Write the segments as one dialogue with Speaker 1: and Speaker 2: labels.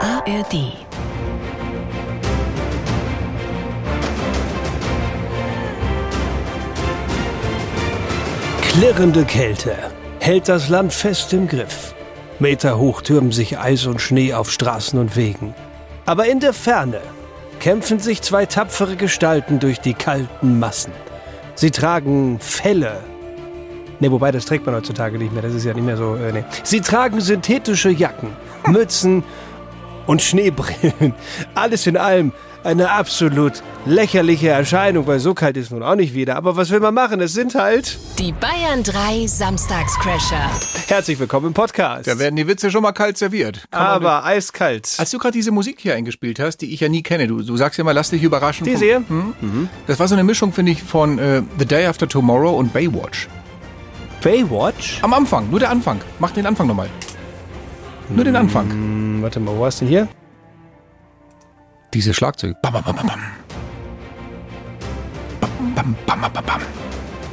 Speaker 1: ARD.
Speaker 2: Klirrende Kälte hält das Land fest im Griff. Meterhoch türmen sich Eis und Schnee auf Straßen und Wegen. Aber in der Ferne kämpfen sich zwei tapfere Gestalten durch die kalten Massen. Sie tragen Felle. Ne, wobei, das trägt man heutzutage nicht mehr. Das ist ja nicht mehr so. Äh, nee. Sie tragen synthetische Jacken, Mützen und Schneebrillen. Alles in allem eine absolut lächerliche Erscheinung, weil so kalt ist nun auch nicht wieder. Aber was will man machen? Es sind halt.
Speaker 1: Die Bayern 3 Samstagscrasher.
Speaker 2: Herzlich willkommen im Podcast.
Speaker 3: Da werden die Witze schon mal kalt serviert.
Speaker 2: Ah.
Speaker 3: Kann man denn-
Speaker 2: aber eiskalt.
Speaker 3: als du gerade diese Musik hier eingespielt hast, die ich ja nie kenne, du, du sagst ja immer, lass dich überraschen.
Speaker 2: Die
Speaker 3: vom-
Speaker 2: sehe.
Speaker 3: Das war so eine Mischung, finde ich, von äh, The Day After Tomorrow und Baywatch.
Speaker 2: Baywatch?
Speaker 3: Am Anfang, nur der Anfang. Mach den Anfang nochmal. Nur den Anfang.
Speaker 2: Hm, warte mal, wo war's denn hier?
Speaker 3: Diese Schlagzeug. Bam, bam, bam, bam, bam. Bam, bam, bam, bam, bam, bam.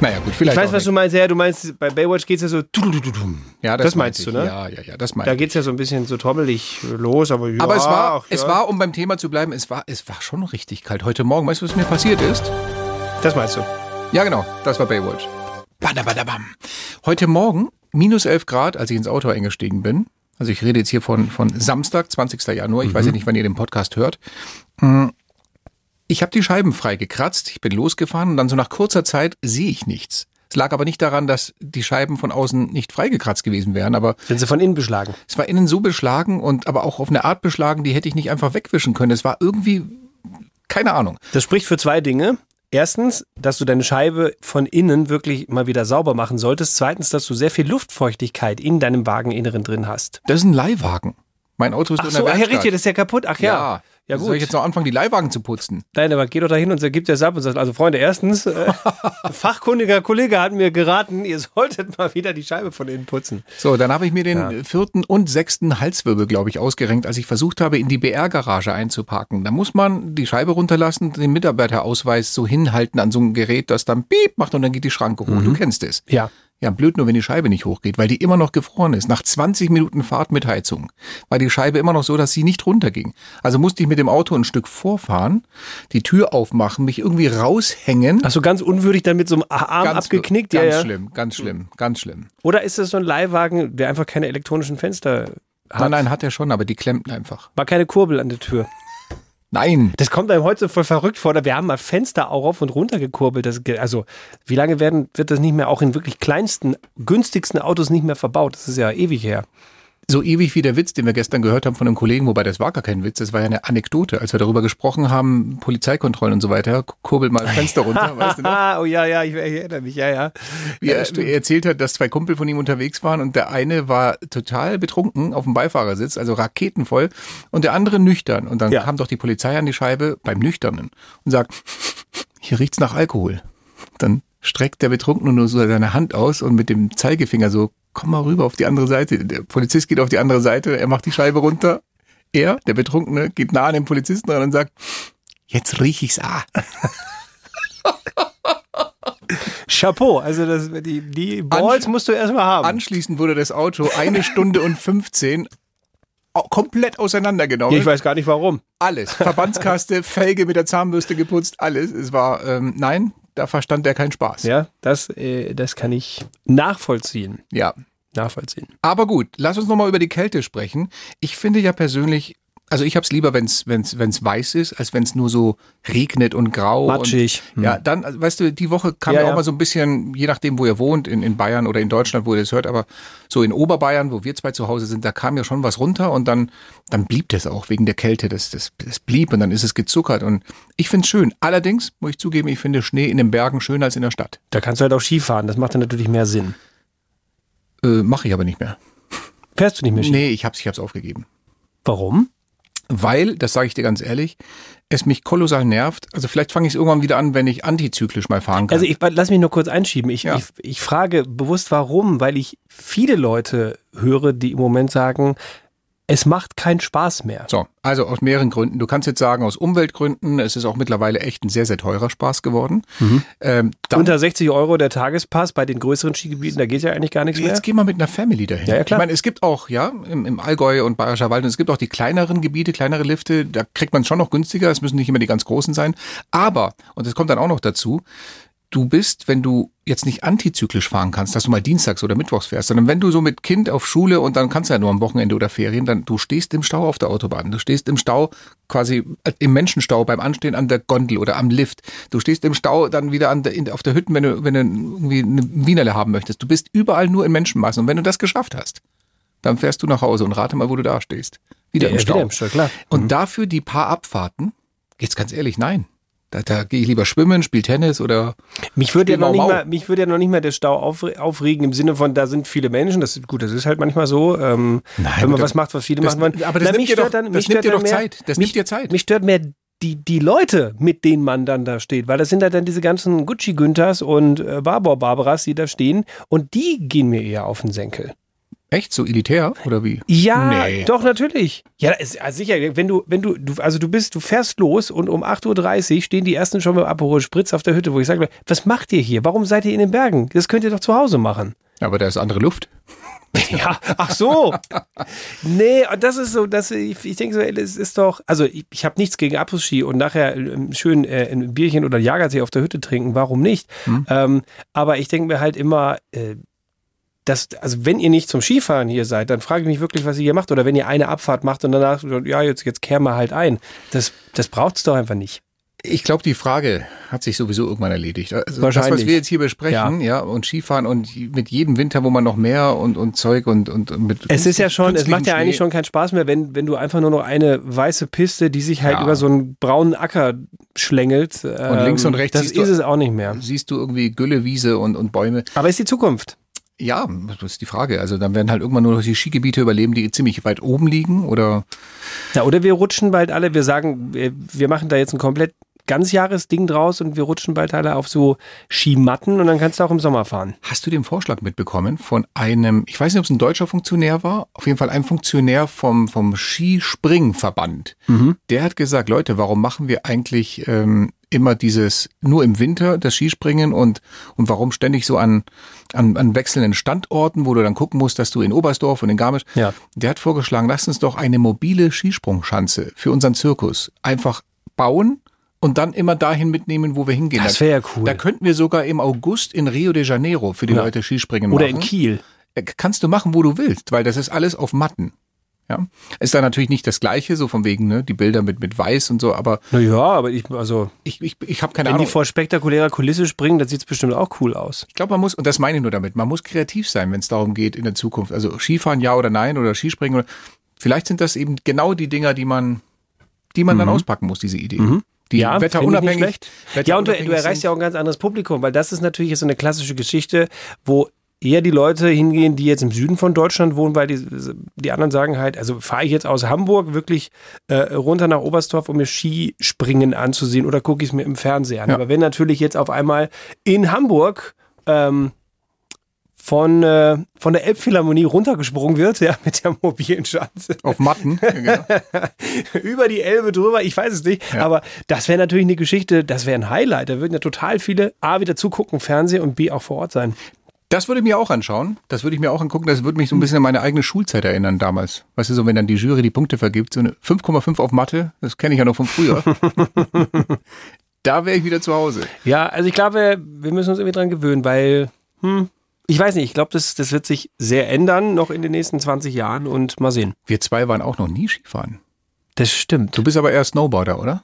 Speaker 3: Naja, gut,
Speaker 2: Ich
Speaker 3: vielleicht.
Speaker 2: weiß,
Speaker 3: auch
Speaker 2: was
Speaker 3: nicht.
Speaker 2: du meinst. Ja, du meinst, bei Baywatch geht's ja so. tudududum.
Speaker 3: Ja, das,
Speaker 2: das meinst
Speaker 3: meinte
Speaker 2: du,
Speaker 3: ich.
Speaker 2: ne?
Speaker 3: Ja, ja, ja, das meine
Speaker 2: Da
Speaker 3: ich.
Speaker 2: geht's ja so ein bisschen so trommelig los, aber ja.
Speaker 3: Aber es war,
Speaker 2: ach,
Speaker 3: es
Speaker 2: ja.
Speaker 3: war, um beim Thema zu bleiben, es war, es war schon richtig kalt. Heute Morgen, weißt du, was mir passiert ist?
Speaker 2: Das meinst du?
Speaker 3: Ja, genau, das war Baywatch. Badabadabam. Heute Morgen, minus 11 Grad, als ich ins Auto eingestiegen bin. Also ich rede jetzt hier von, von Samstag, 20. Januar. Ich weiß ja nicht, wann ihr den Podcast hört. Mm. Ich habe die Scheiben frei gekratzt, ich bin losgefahren und dann so nach kurzer Zeit sehe ich nichts. Es lag aber nicht daran, dass die Scheiben von außen nicht freigekratzt gewesen wären, aber
Speaker 2: Sind sie von innen beschlagen?
Speaker 3: es war innen so beschlagen und aber auch auf eine Art beschlagen, die hätte ich nicht einfach wegwischen können. Es war irgendwie, keine Ahnung.
Speaker 2: Das spricht für zwei Dinge. Erstens, dass du deine Scheibe von innen wirklich mal wieder sauber machen solltest. Zweitens, dass du sehr viel Luftfeuchtigkeit in deinem Wageninneren drin hast.
Speaker 3: Das ist ein Leihwagen. Mein Auto ist
Speaker 2: Ach
Speaker 3: nur in
Speaker 2: so,
Speaker 3: der
Speaker 2: ach ja,
Speaker 3: Werkstatt.
Speaker 2: richtig, das ist ja kaputt. Ach ja.
Speaker 3: Ja.
Speaker 2: Ja,
Speaker 3: Soll
Speaker 2: gut.
Speaker 3: ich jetzt noch anfangen, die Leihwagen zu putzen?
Speaker 2: Nein, aber geh doch da hin und gibt das ab und sagt, also Freunde, erstens, äh, ein fachkundiger Kollege hat mir geraten, ihr solltet mal wieder die Scheibe von innen putzen.
Speaker 3: So, dann habe ich mir den vierten und sechsten Halswirbel, glaube ich, ausgerenkt, als ich versucht habe, in die BR-Garage einzuparken. Da muss man die Scheibe runterlassen, den Mitarbeiterausweis so hinhalten an so einem Gerät, das dann piep macht und dann geht die Schranke hoch. Du kennst es.
Speaker 2: Mhm. Ja.
Speaker 3: Ja, blöd nur, wenn die Scheibe nicht hochgeht, weil die immer noch gefroren ist. Nach 20 Minuten Fahrt mit Heizung war die Scheibe immer noch so, dass sie nicht runterging. Also musste ich mit dem Auto ein Stück vorfahren, die Tür aufmachen, mich irgendwie raushängen.
Speaker 2: Ach so, ganz unwürdig dann mit so einem Arm abgeknickt.
Speaker 3: Ganz
Speaker 2: ja, Hm. ja.
Speaker 3: schlimm, ganz schlimm, ganz schlimm.
Speaker 2: Oder ist das so ein Leihwagen, der einfach keine elektronischen Fenster hat?
Speaker 3: Nein, nein, hat er schon, aber die klemmten einfach.
Speaker 2: War keine Kurbel an der Tür.
Speaker 3: Nein.
Speaker 2: Das kommt einem heute so voll verrückt vor. oder Wir haben mal Fenster auch rauf und runter gekurbelt. Das, ge- also, wie lange werden, wird das nicht mehr auch in wirklich kleinsten, günstigsten Autos nicht mehr verbaut? Das ist ja ewig her.
Speaker 3: So ewig wie der Witz, den wir gestern gehört haben von einem Kollegen, wobei das war gar kein Witz, das war ja eine Anekdote. Als wir darüber gesprochen haben, Polizeikontrollen und so weiter, kurbelt mal das Fenster runter, weißt du ne? noch?
Speaker 2: Ah, oh ja, ja, ich, ich erinnere mich, ja, ja.
Speaker 3: Wie er, wie er Äh, erzählt hat, dass zwei Kumpel von ihm unterwegs waren und der eine war total betrunken auf dem Beifahrersitz, also raketenvoll, und der andere nüchtern. Und dann
Speaker 2: Ja.
Speaker 3: kam doch die Polizei an die Scheibe beim Nüchternen und sagt, hier riecht's nach Alkohol. Dann streckt der Betrunkene nur so seine Hand aus und mit dem Zeigefinger so, komm mal rüber auf die andere Seite. Der Polizist geht auf die andere Seite, er macht die Scheibe runter. Er, der Betrunkene, geht nah an den Polizisten ran und sagt, jetzt riech ich's ah.
Speaker 2: Chapeau. Also, das, die, die Balls
Speaker 3: Ansch-
Speaker 2: musst du erstmal haben.
Speaker 3: Anschließend wurde das Auto eine Stunde und 15 au- komplett auseinandergenommen.
Speaker 2: Ja, ich weiß gar nicht warum.
Speaker 3: alles. Verbandskaste, Felge mit der Zahnbürste geputzt, alles. Es war, ähm, nein, da verstand er keinen Spaß.
Speaker 2: Ja, das, äh, das kann ich nachvollziehen.
Speaker 3: ja.
Speaker 2: Nachvollziehen.
Speaker 3: Aber gut, lass uns nochmal über die Kälte sprechen. Ich finde ja persönlich, also ich hab's lieber, wenn's wenn's wenn's weiß ist, als wenn's nur so regnet und grau.
Speaker 2: Matschig. Hm.
Speaker 3: Und, Ja, dann, also, weißt du, die Woche kam
Speaker 2: Ja,
Speaker 3: ja, auch
Speaker 2: ja.
Speaker 3: mal so ein bisschen, je nachdem, wo ihr wohnt, in, in Bayern oder in Deutschland, wo ihr das hört, aber so in Oberbayern, wo wir zwei zu Hause sind, da kam ja schon was runter und dann, dann blieb das auch wegen der Kälte. Das, das, das blieb und dann ist es gezuckert und ich find's schön. Allerdings muss ich zugeben, ich finde Schnee in den Bergen schöner als in der Stadt.
Speaker 2: Da kannst du halt auch Skifahren. Das macht dann natürlich mehr Sinn.
Speaker 3: Äh, Mache ich aber nicht mehr.
Speaker 2: Fährst du nicht mehr Ski?
Speaker 3: Nee, ich hab's, ich hab's aufgegeben.
Speaker 2: Warum?
Speaker 3: weil, das sage ich dir ganz ehrlich, es mich kolossal nervt. Also vielleicht fange ich es irgendwann wieder an, wenn ich antizyklisch mal fahren kann.
Speaker 2: Also ich lass mich nur kurz einschieben. Ich,
Speaker 3: Ja.
Speaker 2: ich, ich frage bewusst warum, weil ich viele Leute höre, die im Moment sagen, Es macht keinen Spaß mehr.
Speaker 3: So, also aus mehreren Gründen. Du kannst jetzt sagen, aus Umweltgründen, es ist auch mittlerweile echt ein sehr, sehr teurer Spaß geworden.
Speaker 2: Mhm.
Speaker 3: Ähm, dann,
Speaker 2: Unter 60 Euro der Tagespass bei den größeren Skigebieten, da geht ja eigentlich gar nichts mehr.
Speaker 3: jetzt geh mal mit einer Family dahin.
Speaker 2: Ja, ja, klar.
Speaker 3: Ich meine, es gibt auch, ja, im, im Allgäu und Bayerischer Wald, und es gibt auch die kleineren Gebiete, kleinere Lifte, da kriegt man schon noch günstiger, es müssen nicht immer die ganz großen sein. Aber, und das kommt dann auch noch dazu, du bist, wenn du jetzt nicht antizyklisch fahren kannst, dass du mal dienstags oder mittwochs fährst, sondern wenn du so mit Kind auf Schule und dann kannst du ja nur am Wochenende oder Ferien, dann du stehst im Stau auf der Autobahn, du stehst im Stau quasi äh, im Menschenstau beim Anstehen an der Gondel oder am Lift, du stehst im Stau dann wieder an der, in, auf der Hütten, wenn du, wenn du irgendwie eine Wienerle haben möchtest. Du bist überall nur in Menschenmassen und wenn du das geschafft hast, dann fährst du nach Hause und rate mal, wo du da stehst. Wieder
Speaker 2: Ja,
Speaker 3: im Stau.
Speaker 2: wieder im Stau, Mhm. klar.
Speaker 3: Und dafür die paar Abfahrten, geht's ganz ehrlich, nein. Da, da gehe ich lieber schwimmen, spiele Tennis oder
Speaker 2: Mich würde, ja noch nicht
Speaker 3: Spiel Genau, Mau Mau.
Speaker 2: mal, mich würde ja noch nicht mal der Stau auf, aufregen im Sinne von, da sind viele Menschen. Das ist gut, das ist halt manchmal so. Ähm,
Speaker 3: Nein,
Speaker 2: wenn man
Speaker 3: aber-
Speaker 2: was macht, was viele
Speaker 3: das-
Speaker 2: machen wollen.
Speaker 3: aber das nimmt dir doch- das nimmt dir
Speaker 2: dann
Speaker 3: doch Zeit. Das
Speaker 2: mich,
Speaker 3: nimmt dir Zeit.
Speaker 2: Mich stört mehr die, die Leute, mit denen man dann da steht. Weil das sind ja dann diese ganzen Gucci-Günthers und äh, Barbour-Barbaras, die da stehen. Und die gehen mir eher auf den Senkel.
Speaker 3: Echt so elitär oder wie?
Speaker 2: Ja,
Speaker 3: Nee.
Speaker 2: doch, natürlich. Ja, ist, also sicher, wenn du, wenn du, du, also du bist, du fährst los und um 8.30 Uhr stehen die ersten schon mit dem Aperol Spritz auf der Hütte, wo ich sage, was macht ihr hier? Warum seid ihr in den Bergen? Das könnt ihr doch zu Hause machen.
Speaker 3: Aber da ist andere Luft.
Speaker 2: Ja, ach so. nee, und das ist so, das, ich, ich denke so, ey, das ist doch, also ich, ich habe nichts gegen Abschlussski und nachher ähm, schön äh, ein Bierchen oder Jagertee auf der Hütte trinken, warum nicht? Ähm, aber ich denke mir halt immer, äh, das, also wenn ihr nicht zum Skifahren hier seid, dann frage ich mich wirklich, was ihr hier macht. Oder wenn ihr eine Abfahrt macht und danach, sagt, ja, jetzt, jetzt kehren wir halt ein. Das, das braucht's doch einfach nicht.
Speaker 3: Ich glaube, die Frage hat sich sowieso irgendwann erledigt. Also Das,
Speaker 2: Wahrscheinlich.
Speaker 3: was wir jetzt hier besprechen, ja, und Skifahren und mit jedem Winter, wo man noch mehr und, und Zeug und, und und mit.
Speaker 2: Es ist ja schon, es
Speaker 3: künstlichem
Speaker 2: macht ja eigentlich
Speaker 3: Schnee.
Speaker 2: schon keinen Spaß mehr, wenn, wenn du einfach nur noch eine weiße Piste, die sich halt
Speaker 3: Ja.
Speaker 2: über so einen braunen Acker schlängelt. ähm,
Speaker 3: links und rechts
Speaker 2: Das
Speaker 3: siehst du-
Speaker 2: ist es auch nicht mehr.
Speaker 3: Siehst du irgendwie Gülle, Wiese und, und Bäume?
Speaker 2: Aber ist die Zukunft.
Speaker 3: Ja, das ist die Frage. Also dann werden halt irgendwann nur noch die Skigebiete überleben, die ziemlich weit oben liegen oder
Speaker 2: Ja, oder wir rutschen bald alle, wir sagen, wir, wir machen da jetzt ein komplett ganzjahres Ding draus und wir rutschen bald alle auf so Skimatten und dann kannst du auch im Sommer fahren.
Speaker 3: Hast du den Vorschlag mitbekommen von einem, ich weiß nicht, ob es ein deutscher Funktionär war, auf jeden Fall ein Funktionär vom, vom Skispringverband.
Speaker 2: Mhm.
Speaker 3: Der hat gesagt, Leute, warum machen wir eigentlich ähm, immer dieses, nur im Winter das Skispringen und, und warum ständig so an, an, an wechselnden Standorten, wo du dann gucken musst, dass du in Oberstdorf und in Garmisch,
Speaker 2: Ja.
Speaker 3: der hat vorgeschlagen, lasst uns doch eine mobile Skisprungschanze für unseren Zirkus einfach bauen und dann immer dahin mitnehmen, wo wir hingehen.
Speaker 2: Das
Speaker 3: Da-
Speaker 2: wär ja cool.
Speaker 3: Da könnten wir sogar im August in Rio de Janeiro für die Leute Skispringen
Speaker 2: Oder
Speaker 3: machen.
Speaker 2: in Kiel.
Speaker 3: Äh, Kannst du machen, wo du willst, weil das ist alles auf Matten. Ja? Ist da natürlich nicht das Gleiche, so von wegen, ne, die Bilder mit, mit Weiß und so, aber
Speaker 2: Naja, aber ich, also,
Speaker 3: ich, ich, ich habe keine
Speaker 2: wenn die
Speaker 3: Ahnung.
Speaker 2: vor spektakulärer Kulisse springen, dann sieht's bestimmt auch cool aus.
Speaker 3: Ich glaube, man muss, und das meine ich nur damit, man muss kreativ sein, wenn es darum geht in der Zukunft. Also Skifahren ja oder nein oder Skispringen oder vielleicht sind das eben genau die Dinger, die man, die man dann auspacken muss, diese Idee. Die
Speaker 2: Mhm. ja, finde ich
Speaker 3: wetterunabhängig.
Speaker 2: nicht schlecht. Ja, und du, du
Speaker 3: wetterunabhängig
Speaker 2: erreichst
Speaker 3: sind.
Speaker 2: ja auch ein ganz anderes Publikum, weil das ist natürlich so eine klassische Geschichte, wo eher die Leute hingehen, die jetzt im Süden von Deutschland wohnen, weil die, die anderen sagen halt, also fahre ich jetzt aus Hamburg wirklich äh, runter nach Oberstdorf, um mir Skispringen anzusehen oder gucke ich es mir im Fernsehen an.
Speaker 3: Ja.
Speaker 2: Aber wenn natürlich jetzt auf einmal in Hamburg ähm, von, äh, von der Elbphilharmonie runtergesprungen wird, ja, mit der mobilen Schanze
Speaker 3: Auf Matten. ja, genau.
Speaker 2: über die Elbe drüber, ich weiß es nicht.
Speaker 3: Ja.
Speaker 2: Aber das wäre natürlich eine Geschichte, das wäre ein Highlight. Da würden ja total viele A wieder zugucken, Fernsehen und B auch vor Ort sein.
Speaker 3: Das würde ich mir auch anschauen. Das würde ich mir auch angucken. Das würde mich so ein bisschen an meine eigene Schulzeit erinnern damals. Weißt du, so wenn dann die Jury die Punkte vergibt, so eine 5,5 auf Mathe, das kenne ich ja noch von früher. da wäre ich wieder zu Hause.
Speaker 2: Ja, also ich glaube, wir müssen uns irgendwie dran gewöhnen, weil, hm, ich weiß nicht, ich glaube, das, das wird sich sehr ändern, noch in den nächsten 20 Jahren und mal sehen.
Speaker 3: Wir zwei waren auch noch nie Skifahren.
Speaker 2: Das stimmt.
Speaker 3: Du bist aber eher Snowboarder, oder?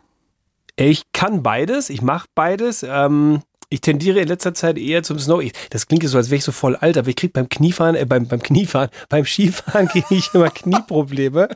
Speaker 2: Ich kann beides, ich mache beides. Ähm, ich tendiere in letzter Zeit eher zum Snow. Ich, das klingt jetzt so, als wäre ich so voll alt, aber ich kriege beim Kniefahren, äh, beim, beim Kniefahren, beim Skifahren kriege ich immer Knieprobleme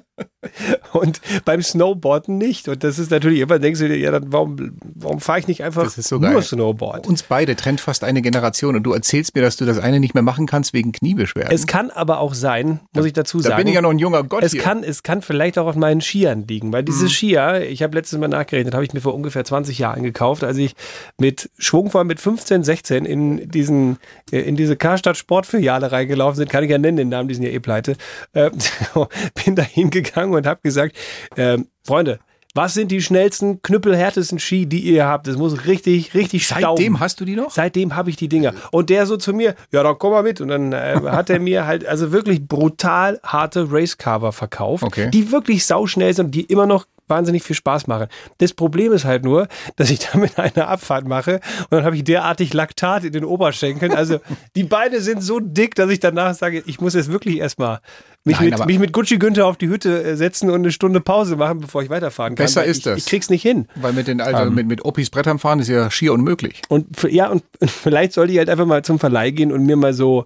Speaker 2: und beim Snowboarden nicht. Und das ist natürlich immer, denkst du dir, ja, dann warum, warum fahre ich nicht einfach
Speaker 3: Das ist so
Speaker 2: nur
Speaker 3: geil.
Speaker 2: Snowboard?
Speaker 3: Uns beide trennt fast eine Generation und du erzählst mir, dass du das eine nicht mehr machen kannst wegen Kniebeschwerden.
Speaker 2: Es kann aber auch sein, muss ich dazu
Speaker 3: da
Speaker 2: sagen.
Speaker 3: bin ich ja noch ein junger Gott
Speaker 2: Es
Speaker 3: hier. Mhm.
Speaker 2: kann, es kann vielleicht auch auf meinen Skiern liegen, weil diese Skier, ich habe letztes Mal nachgerechnet, habe ich mir vor ungefähr 20 Jahren gekauft, als ich mit Schwung vor mal mit 15, 16 in, diesen, äh, in diese Karstadt Sportfiliale reingelaufen sind, kann ich ja nennen den Namen, die sind ja eh pleite, äh, bin da hingegangen und habe gesagt, äh, Freunde, was sind die schnellsten, knüppelhärtesten Ski, die ihr habt? Das muss richtig, richtig stauben.
Speaker 3: Seitdem hast du die noch?
Speaker 2: Seitdem habe ich die Dinger. Und der so zu mir, ja, dann komm mal mit. Und dann äh, hat er mir halt also wirklich brutal harte Racecarver verkauft,
Speaker 3: Okay.
Speaker 2: die wirklich sauschnell sind und die immer noch wahnsinnig viel Spaß machen. Das Problem ist halt nur, dass ich damit eine Abfahrt mache und dann habe ich derartig Laktat in den Oberschenkeln. Also die Beine sind so dick, dass ich danach sage, ich muss jetzt wirklich erstmal mich,
Speaker 3: Nein,
Speaker 2: mit,
Speaker 3: aber-
Speaker 2: mich mit Gucci Günther auf die Hütte äh, setzen und eine Stunde Pause machen, bevor ich weiterfahren kann.
Speaker 3: Besser
Speaker 2: weil
Speaker 3: ist
Speaker 2: ich,
Speaker 3: das.
Speaker 2: Ich krieg's nicht hin.
Speaker 3: Weil mit den alten,
Speaker 2: Ähm.
Speaker 3: mit, mit Opis Brettern fahren ist ja schier unmöglich.
Speaker 2: Und f- ja, und vielleicht sollte ich halt einfach mal zum Verleih gehen und mir mal so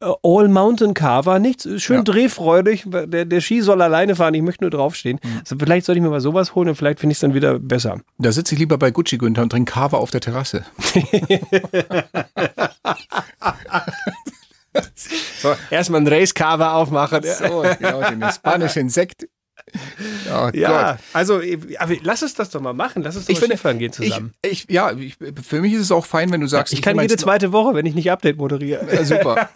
Speaker 2: äh, All Mountain Carver, nichts, schön
Speaker 3: Ja.
Speaker 2: drehfreudig, der, der Ski soll alleine fahren, ich möchte nur draufstehen. Also vielleicht sollte ich mir mal sowas holen und vielleicht finde ich es dann wieder besser.
Speaker 3: Da sitze ich lieber bei Gucci Günther und trinke Kava auf der Terrasse.
Speaker 2: Erstmal einen Race Carver aufmachen.
Speaker 3: So, genau, den spanischen Sekt. Oh
Speaker 2: Ja, also eh, aber lass uns das doch mal machen, lass uns doch mal Skifahren gehen
Speaker 3: ich,
Speaker 2: zusammen.
Speaker 3: ich, ja, ich, für mich ist es auch fein, wenn du sagst,
Speaker 2: Ich, kann
Speaker 3: nehme
Speaker 2: jede
Speaker 3: jetzt-
Speaker 2: zweite Woche, wenn ich nicht Update moderiere.
Speaker 3: Ja, super.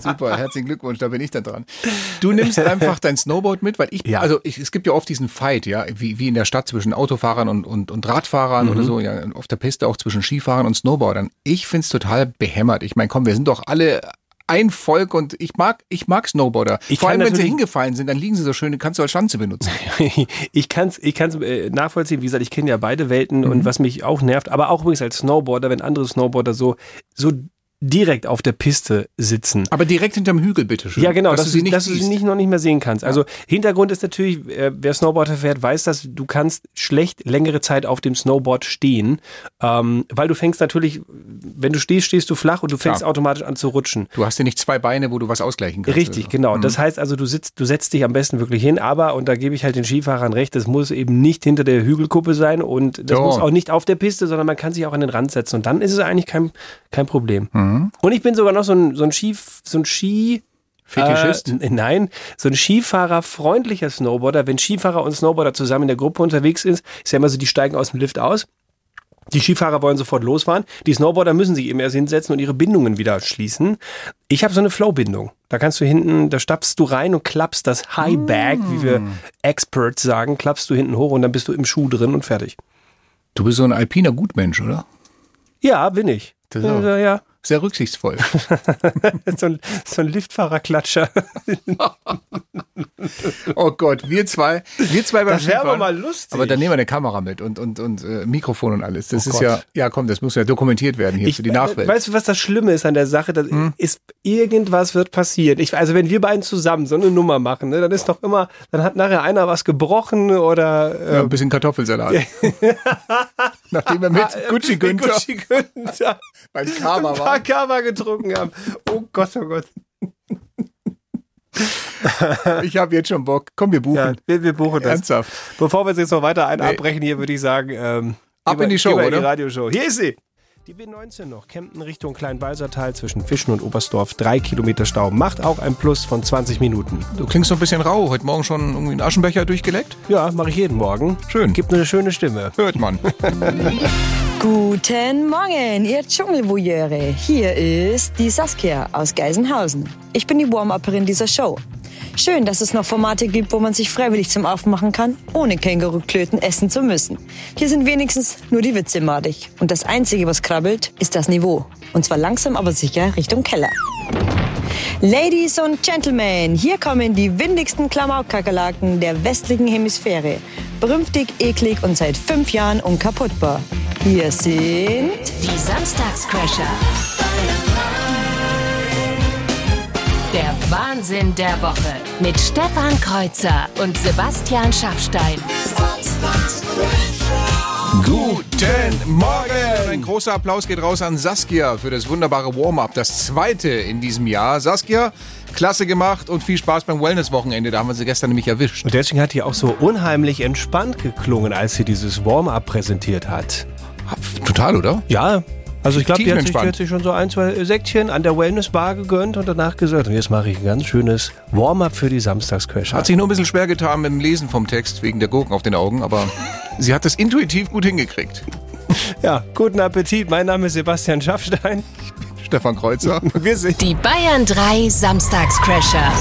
Speaker 3: Super, herzlichen Glückwunsch, da bin ich dann dran. Du nimmst einfach dein Snowboard mit, weil ich,
Speaker 2: Ja.
Speaker 3: also ich, es gibt ja oft diesen Fight, ja, wie, wie in der Stadt zwischen Autofahrern und, und, und Radfahrern
Speaker 2: Mhm.
Speaker 3: oder so, ja, und auf der Piste auch zwischen Skifahrern und Snowboardern. Ich find's total behämmert. Ich meine, komm, wir sind doch alle ein Volk und ich mag, ich mag Snowboarder.
Speaker 2: Ich
Speaker 3: Vor
Speaker 2: kann
Speaker 3: allem, wenn sie
Speaker 2: natürlich-
Speaker 3: hingefallen sind, dann liegen sie so schön, dann kannst du als Schanze benutzen.
Speaker 2: ich kann es ich kann's, äh, nachvollziehen. Wie gesagt, ich kenne ja beide Welten
Speaker 3: Mhm.
Speaker 2: und was mich auch nervt, aber auch übrigens als Snowboarder, wenn andere Snowboarder so, so direkt auf der Piste sitzen.
Speaker 3: Aber direkt hinterm Hügel, bitteschön.
Speaker 2: Ja, genau,
Speaker 3: dass, du sie nicht
Speaker 2: dass du sie
Speaker 3: siehst.
Speaker 2: nicht noch nicht mehr sehen kannst. Also Hintergrund ist natürlich, äh, wer Snowboarder fährt, weiß das, du kannst schlecht längere Zeit auf dem Snowboard stehen, ähm, weil du fängst natürlich, wenn du stehst, stehst du flach und du fängst
Speaker 3: Klar.
Speaker 2: automatisch an zu rutschen.
Speaker 3: Du hast ja nicht zwei Beine, wo du was ausgleichen kannst.
Speaker 2: Richtig,
Speaker 3: oder so. Mhm.
Speaker 2: genau. Das heißt also, du sitzt, du setzt dich am besten wirklich hin, aber, und da gebe ich halt den Skifahrern recht, das muss eben nicht hinter der Hügelkuppe sein und das
Speaker 3: Ja.
Speaker 2: muss auch nicht auf der Piste, sondern man kann sich auch an den Rand setzen und dann ist es eigentlich kein, kein Problem.
Speaker 3: Mhm.
Speaker 2: Und ich bin sogar noch so ein, so ein Ski, so ein Ski,
Speaker 3: Fetischist?
Speaker 2: äh, n- nein, so ein Skifahrerfreundlicher Snowboarder. Wenn Skifahrer und Snowboarder zusammen in der Gruppe unterwegs ist, ist ja immer so, die steigen aus dem Lift aus. Die Skifahrer wollen sofort losfahren. Die Snowboarder müssen sich eben erst hinsetzen und ihre Bindungen wieder schließen. Ich habe so eine Flow-Bindung. Da kannst du hinten, da stapfst du rein und klappst das High-Bag, wie wir
Speaker 3: Mm.
Speaker 2: Experts sagen, klappst du hinten hoch und dann bist du im Schuh drin und fertig.
Speaker 3: Du bist so ein alpiner Gutmensch, oder?
Speaker 2: Ja, bin ich.
Speaker 3: Das auch.
Speaker 2: ja, ja.
Speaker 3: Sehr rücksichtsvoll.
Speaker 2: So ein, so ein Liftfahrerklatscher.
Speaker 3: Oh Gott, wir zwei, wir zwei beim
Speaker 2: Das wär aber
Speaker 3: Skifahren.
Speaker 2: mal lustig.
Speaker 3: Aber dann nehmen wir eine Kamera mit und und und äh, Mikrofon und alles. Das
Speaker 2: Oh
Speaker 3: ist
Speaker 2: Gott. äh,
Speaker 3: ja, ja komm, das muss ja dokumentiert werden hier für die Nachwelt. Hm?
Speaker 2: Weißt du, was das Schlimme ist an der Sache? Das ist, irgendwas wird passieren. Ich, also wenn wir beiden zusammen so eine Nummer machen, ne, dann ist doch immer, dann hat nachher einer was gebrochen oder äh,
Speaker 3: ja, ein bisschen Kartoffelsalat. Nachdem wir mit Gucci Günther
Speaker 2: Gucci Günther
Speaker 3: beim Karma
Speaker 2: ein paar
Speaker 3: waren.
Speaker 2: Kava getrunken haben. Oh Gott, oh Gott.
Speaker 3: Ich habe jetzt schon Bock. Komm, wir
Speaker 2: Ja,
Speaker 3: buchen.
Speaker 2: wir, wir buchen das.
Speaker 3: Ernsthaft.
Speaker 2: Bevor wir es jetzt noch weiter ein abbrechen, hier würde ich sagen, ähm,
Speaker 3: Ab
Speaker 2: geh mal-
Speaker 3: in die
Speaker 2: geh
Speaker 3: Show,
Speaker 2: mal
Speaker 3: oder?
Speaker 2: Die Radioshow. Hier ist sie. Die B19 noch, Kempten Richtung Kleinwalsertal zwischen Fischen und Oberstdorf, drei Kilometer Stau, macht auch ein Plus von 20 Minuten.
Speaker 3: Du klingst so ein bisschen rau. Heute Morgen schon irgendwie einen Aschenbecher durchgeleckt?
Speaker 2: Ja, mache ich jeden Morgen.
Speaker 3: Schön.
Speaker 2: Gibt eine schöne Stimme.
Speaker 3: Hört man.
Speaker 4: Guten Morgen, ihr Dschungelvoyeure. Hier ist die Saskia aus Geisenhausen. Ich bin die Warm-Upperin dieser Show. Schön, dass es noch Formate gibt, wo man sich freiwillig zum Aufmachen kann, ohne Känguruklöten essen zu müssen. Hier sind wenigstens nur die Witze madig. Und das Einzige, was krabbelt, ist das Niveau. Und zwar langsam, aber sicher Richtung Keller. Ladies und Gentlemen, hier kommen die windigsten Klamauk-Kakerlaken der westlichen Hemisphäre. Berühmtig, eklig und seit fünf Jahren unkaputtbar. Hier sind
Speaker 1: Die Samstagscrasher. Der Wahnsinn der Woche mit Stefan Kreuzer und Sebastian Schaffstein.
Speaker 3: Guten Morgen! Ein großer Applaus geht raus an Saskia für das wunderbare Warm-up, das zweite in diesem Jahr. Saskia, klasse gemacht und viel Spaß beim Wellness-Wochenende. Da haben wir sie gestern nämlich erwischt.
Speaker 2: Und deswegen hat die auch so unheimlich entspannt geklungen, als sie dieses Warm-up präsentiert hat.
Speaker 3: Total, oder?
Speaker 2: Ja, also ich glaube, die, hat sich- die
Speaker 3: Tiefenentspannt.
Speaker 2: hat sich schon so ein, zwei Säckchen an der Wellness-Bar gegönnt und danach gesagt, und jetzt mache ich ein ganz schönes Warm-up für die Samstagscrasher.
Speaker 3: Hat sich nur ein bisschen schwer getan mit dem Lesen vom Text wegen der Gurken auf den Augen, aber sie hat es intuitiv gut hingekriegt.
Speaker 2: Ja, guten Appetit. Mein Name ist Sebastian Schaffstein.
Speaker 3: Stefan Kreuzer.
Speaker 2: Wir sind
Speaker 1: Die Bayern 3 Samstagscrasher.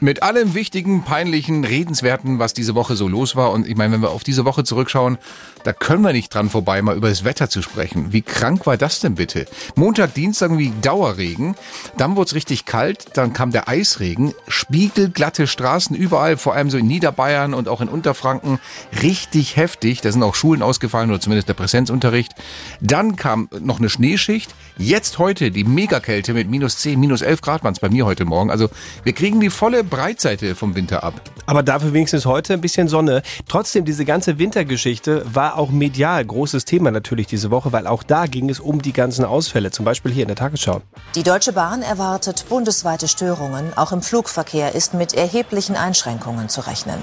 Speaker 3: Mit allem wichtigen, peinlichen, redenswerten, was diese Woche so los war. Und ich meine, wenn wir auf diese Woche zurückschauen, da können wir nicht dran vorbei, mal über das Wetter zu sprechen. Wie krank war das denn bitte? Montag, Dienstag irgendwie Dauerregen. Dann wurde es richtig kalt, dann kam der Eisregen. Spiegelglatte Straßen überall, vor allem so in Niederbayern und auch in Unterfranken. Richtig heftig. Da sind auch Schulen ausgefallen oder zumindest der Präsenzunterricht. Dann kam noch eine Schneeschicht. Jetzt heute die Megakälte mit minus 10, minus 11 Grad waren es bei mir heute Morgen. Also wir kriegen die volle Breitseite vom Winter ab.
Speaker 2: Aber dafür wenigstens heute ein bisschen Sonne. Trotzdem, diese ganze Wintergeschichte war auch medial großes Thema natürlich diese Woche, weil auch da ging es um die ganzen Ausfälle. Zum Beispiel hier in der Tagesschau.
Speaker 5: Die Deutsche Bahn erwartet bundesweite Störungen. Auch im Flugverkehr ist mit erheblichen Einschränkungen zu rechnen.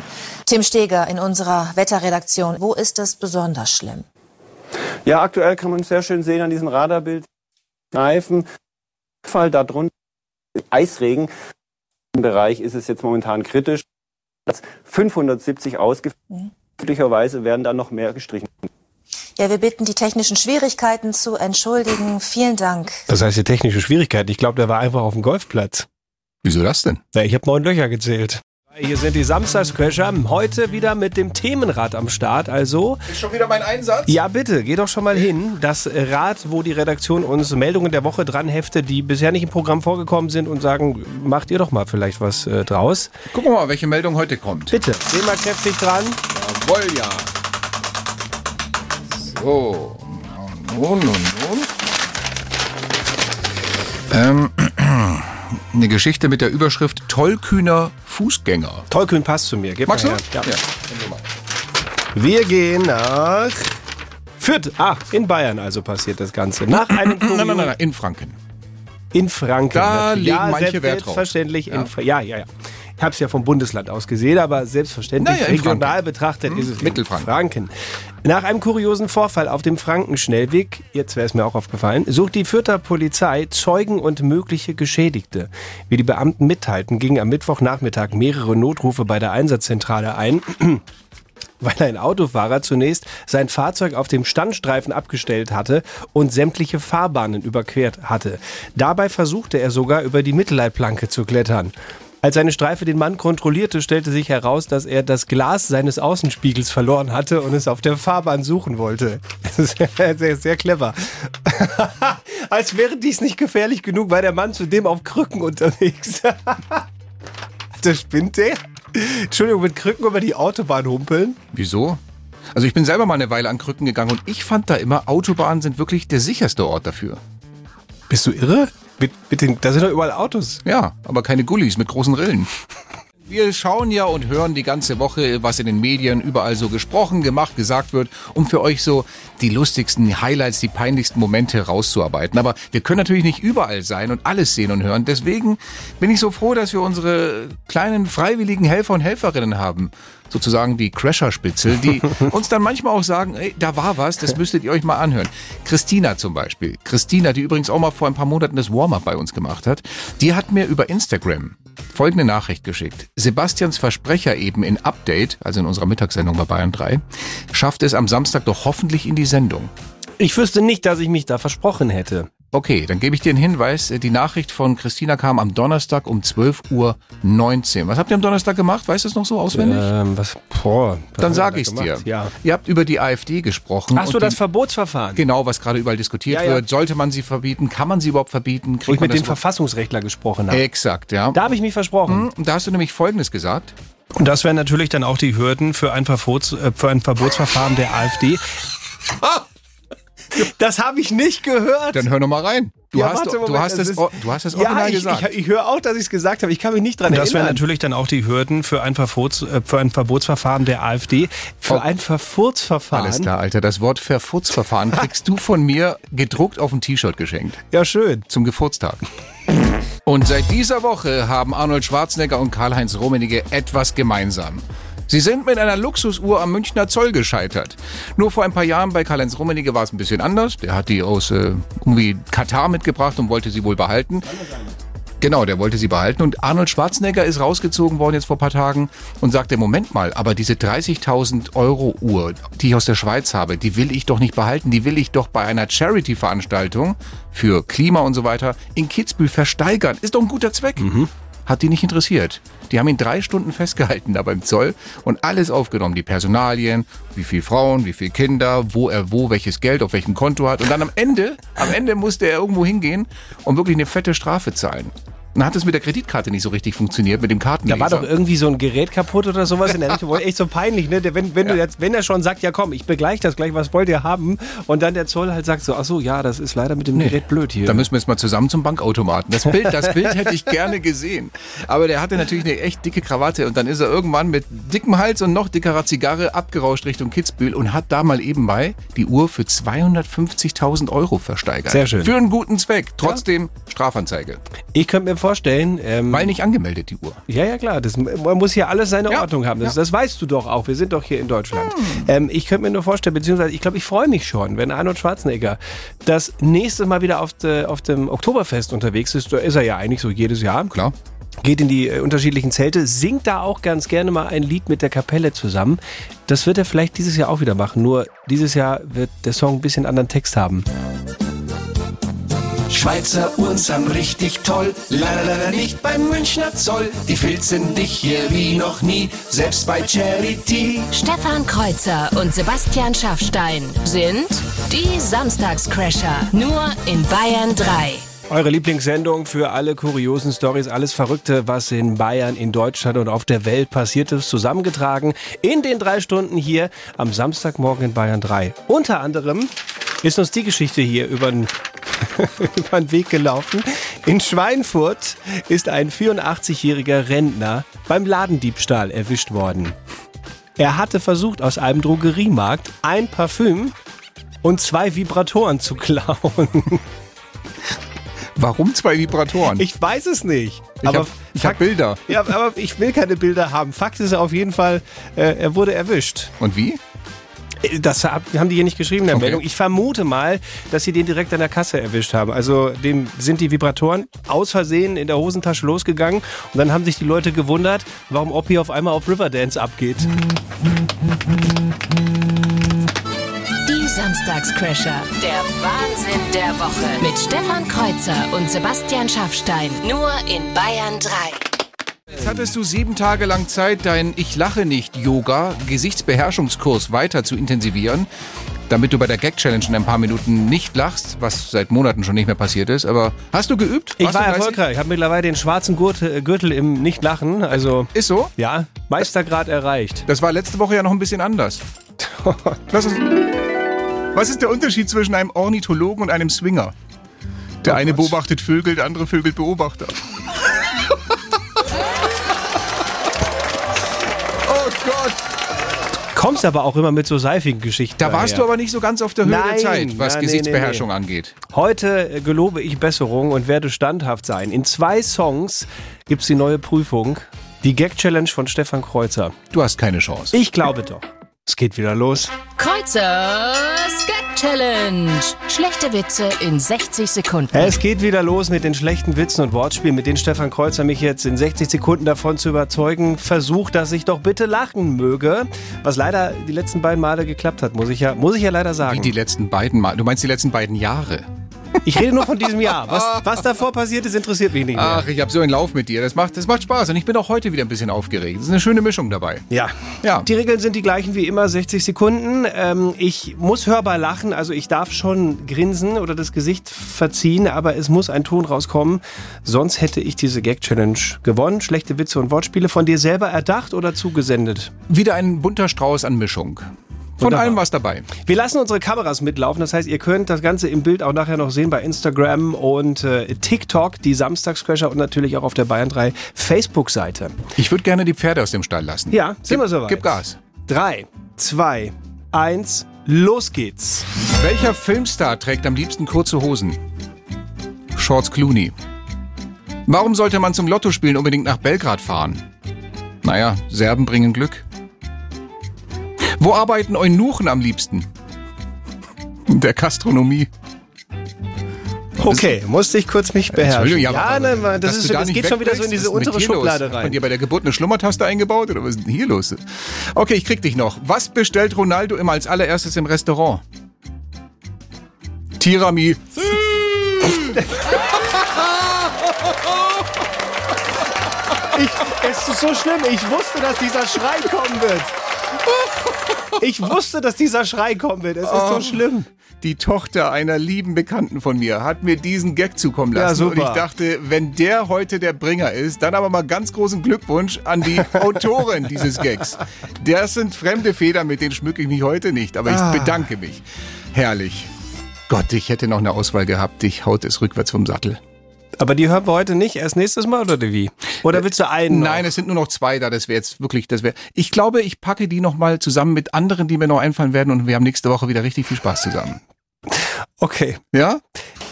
Speaker 5: Tim Steger in unserer Wetterredaktion. Wo ist es besonders schlimm?
Speaker 6: Ja, aktuell kann man sehr schön sehen an diesem Radarbild. Reifen, Fall darunter, Eisregen. Im Bereich ist es jetzt momentan kritisch. Platz 570 ausgeführt. Möglicherweise werden da noch mehr gestrichen.
Speaker 5: Ja, wir bitten die technischen Schwierigkeiten zu entschuldigen. Vielen Dank.
Speaker 2: Das heißt, die technische Schwierigkeit. Ich glaube, der war einfach auf dem Golfplatz.
Speaker 3: Wieso das denn?
Speaker 2: Ja, ich habe neun Löcher gezählt. Hier sind die Samstagscrasher. Heute wieder mit dem Themenrad am Start. Also,
Speaker 3: Ist schon wieder mein Einsatz?
Speaker 2: ja bitte, geh doch schon mal hin. Das Rad, wo die Redaktion uns Meldungen der Woche dran heftet, die bisher nicht im Programm vorgekommen sind und sagen, macht ihr doch mal vielleicht was äh, draus.
Speaker 3: Gucken wir mal, welche Meldung heute kommt.
Speaker 2: Bitte, geh mal kräftig dran.
Speaker 3: Jawohl, ja. So. Nun, nun, nun. Ähm, eine Geschichte mit der Überschrift Tollkühner Fußgänger.
Speaker 2: Tollkühn passt zu mir. Gib
Speaker 3: Magst du?
Speaker 2: mal her. Ja.
Speaker 3: nimm du mal.
Speaker 2: Wir gehen nach Fürth. Ah, in Bayern also passiert das Ganze. Nach einem
Speaker 3: Nein, nein, nein,
Speaker 2: Kuriosum
Speaker 3: nein, in Franken.
Speaker 2: in Franken.
Speaker 3: Da
Speaker 2: natürlich.
Speaker 3: legen manche Wert drauf.
Speaker 2: selbstverständlich in Fra ja, ja, ja. Ich habe es ja vom Bundesland aus gesehen, aber selbstverständlich
Speaker 3: Naja, in
Speaker 2: regional
Speaker 3: Franken. Hm?
Speaker 2: betrachtet ist es
Speaker 3: Mittelfranken.
Speaker 2: Franken. Nach einem kuriosen Vorfall auf dem Frankenschnellweg, jetzt wäre es mir auch aufgefallen, sucht die Fürther Polizei Zeugen und mögliche Geschädigte. Wie die Beamten mitteilten, gingen am Mittwochnachmittag mehrere Notrufe bei der Einsatzzentrale ein weil ein Autofahrer zunächst sein Fahrzeug auf dem Standstreifen abgestellt hatte und sämtliche Fahrbahnen überquert hatte. Dabei versuchte er sogar über die Mittelleitplanke zu klettern. Als seine Streife den Mann kontrollierte, stellte sich heraus, dass er das Glas seines Außenspiegels verloren hatte und es auf der Fahrbahn suchen wollte. Sehr, sehr, sehr clever. Als wäre dies nicht gefährlich genug, war der Mann zudem auf Krücken unterwegs. Das spinnt der? Entschuldigung, mit Krücken über die Autobahn humpeln?
Speaker 3: Wieso? Also ich bin selber mal eine Weile an Krücken gegangen und ich fand da immer, Autobahnen sind wirklich der sicherste Ort dafür.
Speaker 2: Bist du irre? Mit, mit den, da sind doch überall Autos.
Speaker 3: Ja, aber keine Gullis mit großen Rillen. Wir schauen ja und hören die ganze Woche, was in den Medien überall so gesprochen, gemacht, gesagt wird, um für euch so die lustigsten die Highlights, die peinlichsten Momente rauszuarbeiten. Aber wir können natürlich nicht überall sein und alles sehen und hören. Deswegen bin ich so froh, dass wir unsere kleinen freiwilligen Helfer und Helferinnen haben. Sozusagen die Crasherspitzel, die uns dann manchmal auch sagen, ey, da war was, das müsstet ihr euch mal anhören. Christina zum Beispiel. Christina, die übrigens auch mal vor ein paar Monaten das Warm-up bei uns gemacht hat, die hat mir über Instagram folgende Nachricht geschickt. Sebastians Versprecher eben in Update, also in unserer Mittagssendung bei Bayern 3, schafft es am Samstag doch hoffentlich in die Sendung.
Speaker 2: Ich wüsste nicht, dass ich mich da versprochen hätte.
Speaker 3: Okay, dann gebe ich dir einen Hinweis. Die Nachricht von Christina kam am Donnerstag um 12.19 Uhr. Was habt ihr am Donnerstag gemacht? Weißt du es noch so auswendig?
Speaker 2: Ähm, was? Boah. was
Speaker 3: dann
Speaker 2: haben wir
Speaker 3: sage
Speaker 2: da
Speaker 3: ich es dir.
Speaker 2: gemacht? Ja.
Speaker 3: Ihr habt über die AfD gesprochen.
Speaker 2: Ach so,
Speaker 3: und
Speaker 2: das
Speaker 3: die-
Speaker 2: Verbotsverfahren.
Speaker 3: Genau, was gerade überall diskutiert
Speaker 2: Ja, ja.
Speaker 3: wird. Sollte man sie verbieten? Kann man sie überhaupt verbieten?
Speaker 2: Wo ich
Speaker 3: Kriegt man
Speaker 2: mit dem
Speaker 3: das Äh,
Speaker 2: Verfassungsrechtler gesprochen habe.
Speaker 3: Exakt, ja.
Speaker 2: Da habe ich mich versprochen.
Speaker 3: Und da hast du nämlich Folgendes gesagt.
Speaker 2: Und das wären natürlich dann auch die Hürden für ein, Verbots, äh, für ein Verbotsverfahren der AfD. Das habe ich nicht gehört.
Speaker 3: Ah! Dann hör noch mal rein. Du
Speaker 2: Ja,
Speaker 3: hast,
Speaker 2: warte,
Speaker 3: du
Speaker 2: Moment,
Speaker 3: hast es,
Speaker 2: ist-
Speaker 3: o- du hast es
Speaker 2: ja,
Speaker 3: original
Speaker 2: ich,
Speaker 3: gesagt.
Speaker 2: Ich, ich höre auch, dass ich es gesagt habe. Ich kann mich nicht dran
Speaker 7: Das wären
Speaker 2: erinnern.
Speaker 7: natürlich dann auch die Hürden für ein, Verbots, äh, für ein Verbotsverfahren der AfD.
Speaker 2: für ein Verfurzverfahren.
Speaker 3: Alles klar, Alter. Das Wort Verfurzverfahren kriegst du von mir gedruckt auf ein T-Shirt geschenkt.
Speaker 2: Ja, schön.
Speaker 3: Zum Geburtstag. Und seit dieser Woche haben Arnold Schwarzenegger und Karl-Heinz Rummenigge etwas gemeinsam. Sie sind mit einer Luxusuhr am Münchner Zoll gescheitert. Nur vor ein paar Jahren bei Karl-Heinz Rummenigge war es ein bisschen anders. Der hat die aus äh, irgendwie Katar mitgebracht und wollte sie wohl behalten. Genau, der wollte sie behalten. Und Arnold Schwarzenegger ist rausgezogen worden jetzt vor ein paar Tagen und sagte, Moment mal, aber diese 30.000 Euro Uhr, die ich aus der Schweiz habe, die will ich doch nicht behalten. Die will ich doch bei einer Charity-Veranstaltung für Klima und so weiter in Kitzbühel versteigern. Ist doch ein guter Zweck. Hat die nicht interessiert. Die haben ihn drei Stunden festgehalten da beim Zoll und alles aufgenommen. Die Personalien, wie viel Frauen, wie viel Kinder, wo er wo welches Geld auf welchem Konto hat. Und dann am Ende, am Ende musste er irgendwo hingehen und wirklich eine fette Strafe zahlen. Dann hat es mit der Kreditkarte nicht so richtig funktioniert, mit dem Kartenleser.
Speaker 2: Da war doch irgendwie so ein Gerät kaputt oder sowas in der Richtung. Echt so peinlich, ne? Der, wenn, wenn, du jetzt, wenn er schon sagt, ja komm, ich begleiche das gleich, was wollt ihr haben? Und dann der Zoll halt sagt so, ach so, ja, das ist leider mit dem Gerät blöd hier.
Speaker 3: Da müssen wir jetzt mal zusammen zum Bankautomaten. Das Bild, das Bild hätte ich gerne gesehen. Aber der hatte natürlich eine echt dicke Krawatte und dann ist er irgendwann mit dickem Hals und noch dickerer Zigarre abgerauscht Richtung Kitzbühel und hat da mal ebenbei die Uhr für 250.000 Euro versteigert.
Speaker 2: Sehr schön.
Speaker 3: Für einen guten Zweck. Trotzdem Strafanzeige.
Speaker 2: Ich könnte mir vorstellen, ähm,
Speaker 3: Weil nicht angemeldet, die Uhr.
Speaker 2: Ja, ja, klar. Das, man muss hier alles seine
Speaker 3: Ja. Hm.
Speaker 2: Ordnung haben. Das, das weißt du doch auch. Wir sind doch hier in Deutschland. Ähm, ich könnte mir nur vorstellen, beziehungsweise ich glaube, ich freue mich schon, wenn Arnold Schwarzenegger das nächste Mal wieder auf, de, auf dem Oktoberfest unterwegs ist. Da ist er ja eigentlich so jedes Jahr.
Speaker 3: Klar.
Speaker 2: Geht in die äh, unterschiedlichen Zelte, singt da auch ganz gerne mal ein Lied mit der Kapelle zusammen. Das wird er vielleicht dieses Jahr auch wieder machen. Nur dieses Jahr wird der Song ein bisschen anderen Text haben.
Speaker 8: Schweizer Uhren sind richtig toll. Leider, leider nicht beim Münchner Zoll. Die filzen dich hier wie noch nie. Selbst bei Charity.
Speaker 1: Stefan Kreuzer und Sebastian Schaffstein sind die Samstagscrasher. Nur in Bayern 3.
Speaker 2: Eure Lieblingssendung für alle kuriosen Stories, alles Verrückte, was in Bayern, in Deutschland und auf der Welt passiert ist, zusammengetragen in den drei Stunden hier am Samstagmorgen in Bayern 3. Unter anderem ist uns die Geschichte hier über den, über den Weg gelaufen. In Schweinfurt ist ein 84-jähriger Rentner beim Ladendiebstahl erwischt worden. Er hatte versucht, aus einem Drogeriemarkt ein Parfüm und zwei Vibratoren zu klauen.
Speaker 3: Warum zwei Vibratoren?
Speaker 2: Hm. Ich weiß es nicht.
Speaker 3: Ich hab- ich hab
Speaker 2: Fakt-
Speaker 3: Bilder.
Speaker 2: Ja, aber ich will keine Bilder haben. Fakt ist auf jeden Fall, äh, er wurde erwischt.
Speaker 3: und wie?
Speaker 2: Äh, Das hab- haben die hier nicht geschrieben in der
Speaker 3: Okay.
Speaker 2: Meldung. Ich vermute mal, dass sie den direkt an der Kasse erwischt haben. Also dem sind die Vibratoren aus Versehen in der Hosentasche losgegangen und dann haben sich die Leute gewundert, warum Oppi auf einmal auf Riverdance abgeht.
Speaker 1: Die Samstagscrasher. Der Wahnsinn der Woche. Mit Stefan Kreuzer und Sebastian Schaffstein. Nur in Bayern 3.
Speaker 3: Jetzt hattest du sieben Tage lang Zeit, deinen Ich lache nicht Yoga Gesichtsbeherrschungskurs weiter zu intensivieren, damit du bei der Gag Challenge in ein paar Minuten nicht lachst, was seit Monaten schon nicht mehr passiert ist. Aber hast du geübt?
Speaker 2: Ich
Speaker 3: Warst
Speaker 2: war
Speaker 3: du fleißig?
Speaker 2: erfolgreich. Ich habe mittlerweile den schwarzen Gürtel, Gürtel im Nicht-Lachen. Also
Speaker 3: Ist so?
Speaker 2: ja, Meistergrad erreicht.
Speaker 3: Das war letzte Woche ja noch ein bisschen anders. Was ist, was ist der Unterschied zwischen einem Ornithologen und einem Swinger? Der eine beobachtet Vögel, der andere Vögel Beobachter. oh Gott.
Speaker 2: Kommst aber auch immer mit so seifigen Geschichten.
Speaker 3: Da warst du
Speaker 2: daher.
Speaker 3: aber nicht so ganz auf der Höhe
Speaker 2: Nein,
Speaker 3: der Zeit, was
Speaker 2: ja, nee,
Speaker 3: Gesichtsbeherrschung
Speaker 2: nee,
Speaker 3: angeht.
Speaker 2: Heute äh, gelobe ich Besserung und werde standhaft sein. In zwei Songs gibt's die neue Prüfung. Die Gag-Challenge von Stefan Kreuzer.
Speaker 3: Du hast keine Chance.
Speaker 2: Ich glaube doch. Es geht wieder los.
Speaker 1: Kreuzers Gag Challenge. Schlechte Witze in 60 Sekunden.
Speaker 2: Es geht wieder los mit den schlechten Witzen und Wortspielen, mit denen Stefan Kreuzer mich jetzt in 60 Sekunden davon zu überzeugen versucht, dass ich doch bitte lachen möge. Was leider die letzten beiden Male geklappt hat, muss ich ja, muss ich ja leider
Speaker 3: Wie
Speaker 2: sagen.
Speaker 3: die letzten beiden Mal. Du meinst die letzten beiden Jahre?
Speaker 2: Ich rede nur von diesem Jahr. Was, was davor passiert ist, interessiert mich nicht mehr.
Speaker 3: Ach, ich habe so einen Lauf mit dir. Das macht, das macht Spaß. Und ich bin auch heute wieder ein bisschen aufgeregt. Es ist eine schöne Mischung dabei.
Speaker 2: Ja.
Speaker 3: Ja.
Speaker 2: Die Regeln sind die gleichen wie immer, 60 Sekunden. Ähm, ich muss hörbar lachen, also ich darf schon grinsen oder das Gesicht verziehen, aber es muss ein Ton rauskommen, sonst hätte ich diese Gag-Challenge gewonnen. Schlechte Witze und Wortspiele von dir selber erdacht oder zugesendet.
Speaker 3: Wieder ein bunter Strauß an Mischung. Von allem was dabei.
Speaker 2: Wir lassen unsere Kameras mitlaufen, das heißt, ihr könnt das Ganze im Bild auch nachher noch sehen bei Instagram und äh, TikTok, die Samstagscrasher und natürlich auch auf der Bayern 3 Facebook-Seite.
Speaker 3: Ich würde gerne die Pferde aus dem Stall lassen.
Speaker 2: Ja, sind
Speaker 3: gib,
Speaker 2: wir soweit.
Speaker 3: Gib Gas.
Speaker 2: Drei, zwei, eins, los geht's.
Speaker 3: Welcher Filmstar trägt am liebsten kurze Hosen? Shorts Clooney. Warum sollte man zum Lottospielen unbedingt nach Belgrad fahren? Naja, Serben bringen Glück. Wo arbeiten Eunuchen am liebsten? In Der Gastronomie.
Speaker 9: Okay, musste ich kurz mich beherrschen.
Speaker 3: Entschuldigung, ja, aber-
Speaker 9: nein, ne, das,
Speaker 3: dass
Speaker 9: ist,
Speaker 3: du da
Speaker 9: das
Speaker 3: nicht
Speaker 9: geht schon wieder so in
Speaker 3: wegblickst,
Speaker 9: diese
Speaker 3: was ist denn
Speaker 9: untere
Speaker 3: mit dir los?
Speaker 9: Schublade
Speaker 3: Hat man
Speaker 9: rein.
Speaker 3: dir bei der Geburt eine Schlummertaste eingebaut oder was ist denn hier los? Okay, ich krieg dich noch. Was bestellt Ronaldo immer als allererstes im Restaurant? Tirami.
Speaker 9: Ich, es ist so schlimm. Ich wusste, dass dieser Schrei kommen wird. Ich wusste, dass dieser Schrei kommen wird. Es ist
Speaker 3: Oh.
Speaker 9: so schlimm.
Speaker 3: Die Tochter einer lieben Bekannten von mir hat mir diesen Gag zukommen lassen.
Speaker 9: Ja, super.
Speaker 3: Und ich dachte, wenn der heute der Bringer ist, dann aber mal ganz großen Glückwunsch an die Autorin dieses Gags. Das sind fremde Federn, mit denen schmücke ich mich heute nicht, aber ich
Speaker 9: Ah.
Speaker 3: bedanke mich. Herrlich. Gott, ich hätte noch eine Auswahl gehabt. Ich haut es rückwärts vom Sattel.
Speaker 2: Aber die hören wir heute nicht. Erst nächstes Mal oder wie? Oder willst du
Speaker 9: Genau.
Speaker 2: einen?
Speaker 3: Nein, es sind nur noch zwei da. Das wäre jetzt wirklich, das wäre. Ich glaube, ich packe die nochmal zusammen mit anderen, die mir noch einfallen werden und wir haben nächste Woche wieder richtig viel Spaß zusammen.
Speaker 2: Noch? Okay.
Speaker 3: Ja?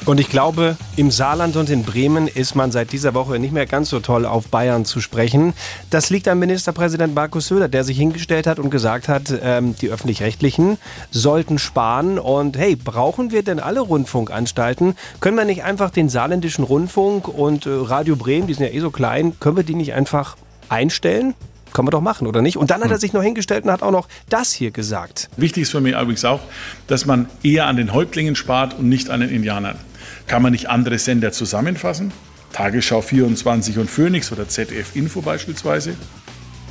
Speaker 2: Und ich glaube, im Saarland und in Bremen ist man seit dieser Woche nicht mehr ganz so toll auf Bayern zu sprechen. Das liegt an Ministerpräsident Markus Söder, der sich hingestellt hat und gesagt hat, ähm, die öffentlich-rechtlichen sollten sparen. Und hey, brauchen wir denn alle Rundfunkanstalten? Können wir nicht einfach den saarländischen Rundfunk und äh, Radio Bremen, die sind ja eh so klein, können wir die nicht einfach einstellen? Kann man doch machen, oder nicht? Und dann hat er sich noch hingestellt und hat auch noch das hier gesagt.
Speaker 10: Wichtig ist für mich übrigens auch, dass man eher an den Häuptlingen spart und nicht an den Indianern. Kann man nicht andere Sender zusammenfassen? Tagesschau 24 und Phoenix oder ZDF Info beispielsweise?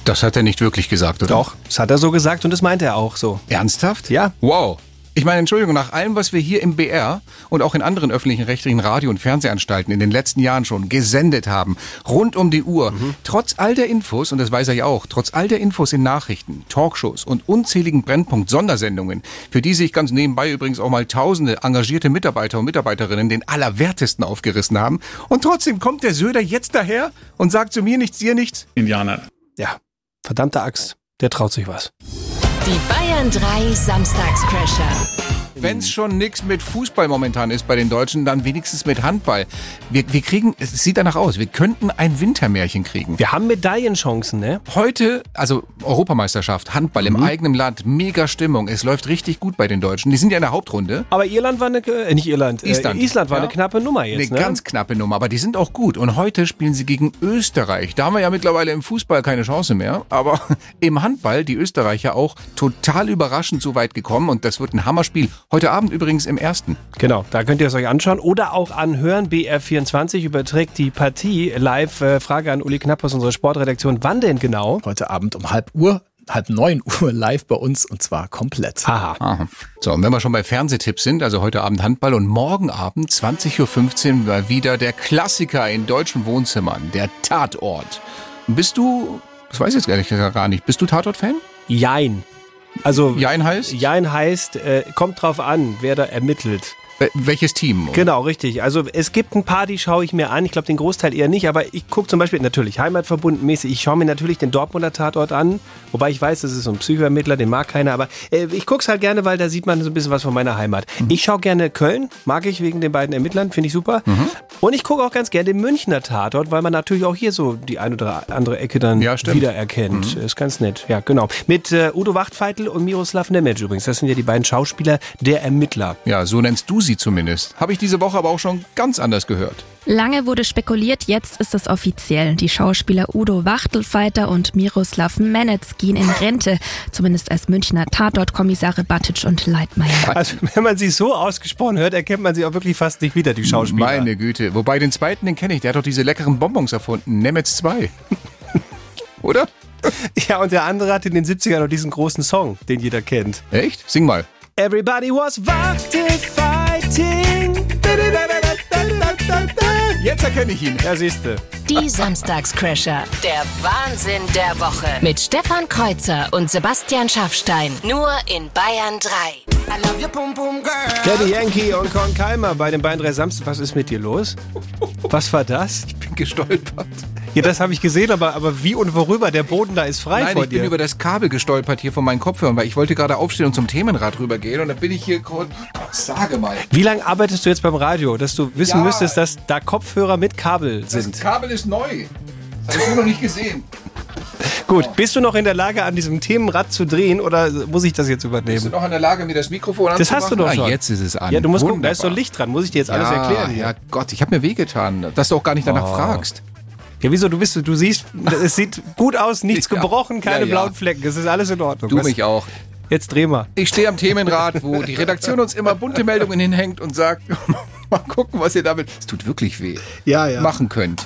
Speaker 3: Das hat er nicht wirklich gesagt, oder? Doch.
Speaker 2: Das hat er so gesagt und das meint er auch so.
Speaker 3: Ernsthaft?
Speaker 2: Ja.
Speaker 3: Wow. Ich meine, Entschuldigung, nach allem, was wir hier im BR und auch in anderen öffentlichen rechtlichen Radio- und Fernsehanstalten in den letzten Jahren schon gesendet haben, rund um die Uhr, trotz all der Infos, und das weiß er ja auch, trotz all der Infos in Nachrichten, Talkshows und unzähligen Brennpunkt-Sondersendungen, für die sich ganz nebenbei übrigens auch mal tausende engagierte Mitarbeiter und Mitarbeiterinnen den Allerwertesten aufgerissen haben. Und trotzdem kommt der Söder jetzt daher und sagt zu mir nichts, dir nichts.
Speaker 10: Indianern.
Speaker 2: Ja, verdammte Axt, der traut sich was.
Speaker 1: Die Bayern 3 Samstagscrasher.
Speaker 3: Wenn es schon nichts mit Fußball momentan ist bei den Deutschen, dann wenigstens mit Handball. Wir, wir kriegen, es sieht danach aus, wir könnten ein Wintermärchen kriegen.
Speaker 2: Wir haben Medaillenchancen, ne?
Speaker 3: Heute, also Europameisterschaft, Handball
Speaker 2: Mhm.
Speaker 3: im eigenen Land, mega Stimmung. Es läuft richtig gut bei den Deutschen. Die sind ja in der Hauptrunde.
Speaker 2: Aber Irland war eine, äh, nicht Irland,
Speaker 3: Island.
Speaker 2: äh, Island war
Speaker 3: Ja.
Speaker 2: eine knappe Nummer jetzt,
Speaker 3: Eine
Speaker 2: ne?
Speaker 3: ganz knappe Nummer, aber die sind auch gut. Und heute spielen sie gegen Österreich. Da haben wir ja mittlerweile im Fußball keine Chance mehr. Aber im Handball, die Österreicher auch total überraschend so weit gekommen. Und das wird ein Hammerspiel. Heute Abend übrigens im ersten.
Speaker 2: genau, da könnt ihr es euch anschauen oder auch anhören. BR24 überträgt die Partie live. Äh, Frage an Uli Knapp aus unserer Sportredaktion. Wann denn genau?
Speaker 11: Heute Abend um halb Uhr, halb neun Uhr live bei uns und zwar komplett.
Speaker 2: Aha.
Speaker 3: Aha. So, und wenn wir schon bei Fernsehtipps sind, also heute Abend Handball und morgen Abend 20.15 Uhr mal wieder der Klassiker in deutschen Wohnzimmern, der Tatort. Bist du, das weiß ich jetzt ehrlich gesagt gar nicht, bist du Tatort-Fan?
Speaker 2: Jein. Also,
Speaker 3: Jein heißt?
Speaker 2: Jein heißt, äh, kommt drauf an, wer da ermittelt.
Speaker 3: Wel- Welches Team?
Speaker 2: Genau, richtig. Also es gibt ein paar, die schaue ich mir an. Ich glaube, den Großteil eher nicht. Aber ich gucke zum Beispiel natürlich heimatverbundenmäßig. Ich schaue mir natürlich den Dortmunder Tatort an. Wobei ich weiß, das ist so ein Psychoermittler, den mag keiner. Aber äh, ich gucke es halt gerne, weil da sieht man so ein bisschen was von meiner Heimat.
Speaker 3: Mhm.
Speaker 2: Ich schaue gerne Köln, mag ich wegen den beiden Ermittlern, finde ich super.
Speaker 3: Mhm.
Speaker 2: Und ich gucke auch ganz gerne den Münchner Tatort, weil man natürlich auch hier so die ein oder andere Ecke dann
Speaker 3: Ja, stimmt. Mhm.
Speaker 2: wiedererkennt. Ist ganz nett. Ja, genau. Mit äh, Udo Wachtfeitel und Miroslav Nemec übrigens. Das sind ja die beiden Schauspieler der Ermittler.
Speaker 3: Ja, so nennst du sie zumindest. Habe ich diese Woche aber auch schon ganz anders gehört.
Speaker 12: Lange wurde spekuliert, jetzt ist es offiziell. Die Schauspieler Udo Wachtelfeiter und Miroslav Menetz gehen in Rente, zumindest als Münchner Tatort-Kommissare Battic und Leitmayr.
Speaker 2: Also, wenn man sie so ausgesprochen hört, erkennt man sie auch wirklich fast nicht wieder, die Schauspieler.
Speaker 3: Meine Güte. Wobei den zweiten, den kenne ich, der hat doch diese leckeren Bonbons erfunden. Nemetz 2. Oder?
Speaker 2: Ja, und der andere hatte in den 70ern noch diesen großen Song, den jeder kennt.
Speaker 3: Echt? Sing mal.
Speaker 2: Everybody was fighting.
Speaker 3: Jetzt erkenne ich ihn.
Speaker 2: Ja, siehste.
Speaker 1: Die Samstagscrasher. Der Wahnsinn der Woche. Mit Stefan Kreuzer und Sebastian Schaffstein. Nur in Bayern 3.
Speaker 2: Daddy Yankee und Con Kalmer bei den beiden drei Samstag. Was ist mit dir los? Was war das?
Speaker 3: Ich bin gestolpert.
Speaker 2: Ja, das habe ich gesehen, aber, aber wie und worüber? Der Boden da ist frei
Speaker 3: Nein,
Speaker 2: vor
Speaker 3: ich bin
Speaker 2: dir.
Speaker 3: über das Kabel gestolpert hier von meinen Kopfhörern, weil ich wollte gerade aufstehen und zum Themenrad rübergehen und dann bin ich hier kurz. Sage mal.
Speaker 2: wie lange arbeitest du jetzt beim Radio, dass du wissen
Speaker 3: Ja.
Speaker 2: müsstest, dass da Kopfhörer mit Kabel
Speaker 3: Das
Speaker 2: sind?
Speaker 3: Kabel ist neu. Das habe ich nur noch nicht gesehen.
Speaker 2: Gut, bist du noch in der Lage, an diesem Themenrad zu drehen oder muss ich das jetzt übernehmen?
Speaker 3: Bist du noch in der Lage, mir das Mikrofon
Speaker 2: Das hast du doch schon.
Speaker 3: Ah, jetzt ist es an.
Speaker 2: Ja, du musst gucken, da
Speaker 3: Wunderbar.
Speaker 2: ist doch Licht dran. Muss ich dir jetzt alles
Speaker 3: ja,
Speaker 2: erklären? hier?
Speaker 3: Ja, Gott, ich habe mir wehgetan, dass du auch gar nicht danach
Speaker 2: Oh.
Speaker 3: fragst.
Speaker 2: Ja, wieso? Du bist, du siehst, es sieht gut aus, nichts
Speaker 3: Ja.
Speaker 2: gebrochen, keine
Speaker 3: Ja, ja.
Speaker 2: blauen Flecken. Es ist alles in Ordnung.
Speaker 3: Du
Speaker 2: Was-
Speaker 3: mich auch.
Speaker 2: Jetzt dreh mal.
Speaker 3: Ich stehe am Themenrad, wo die Redaktion uns immer bunte Meldungen hinhängt und sagt, mal gucken, was ihr damit, es tut wirklich weh,
Speaker 11: Ja, ja.
Speaker 3: machen könnt.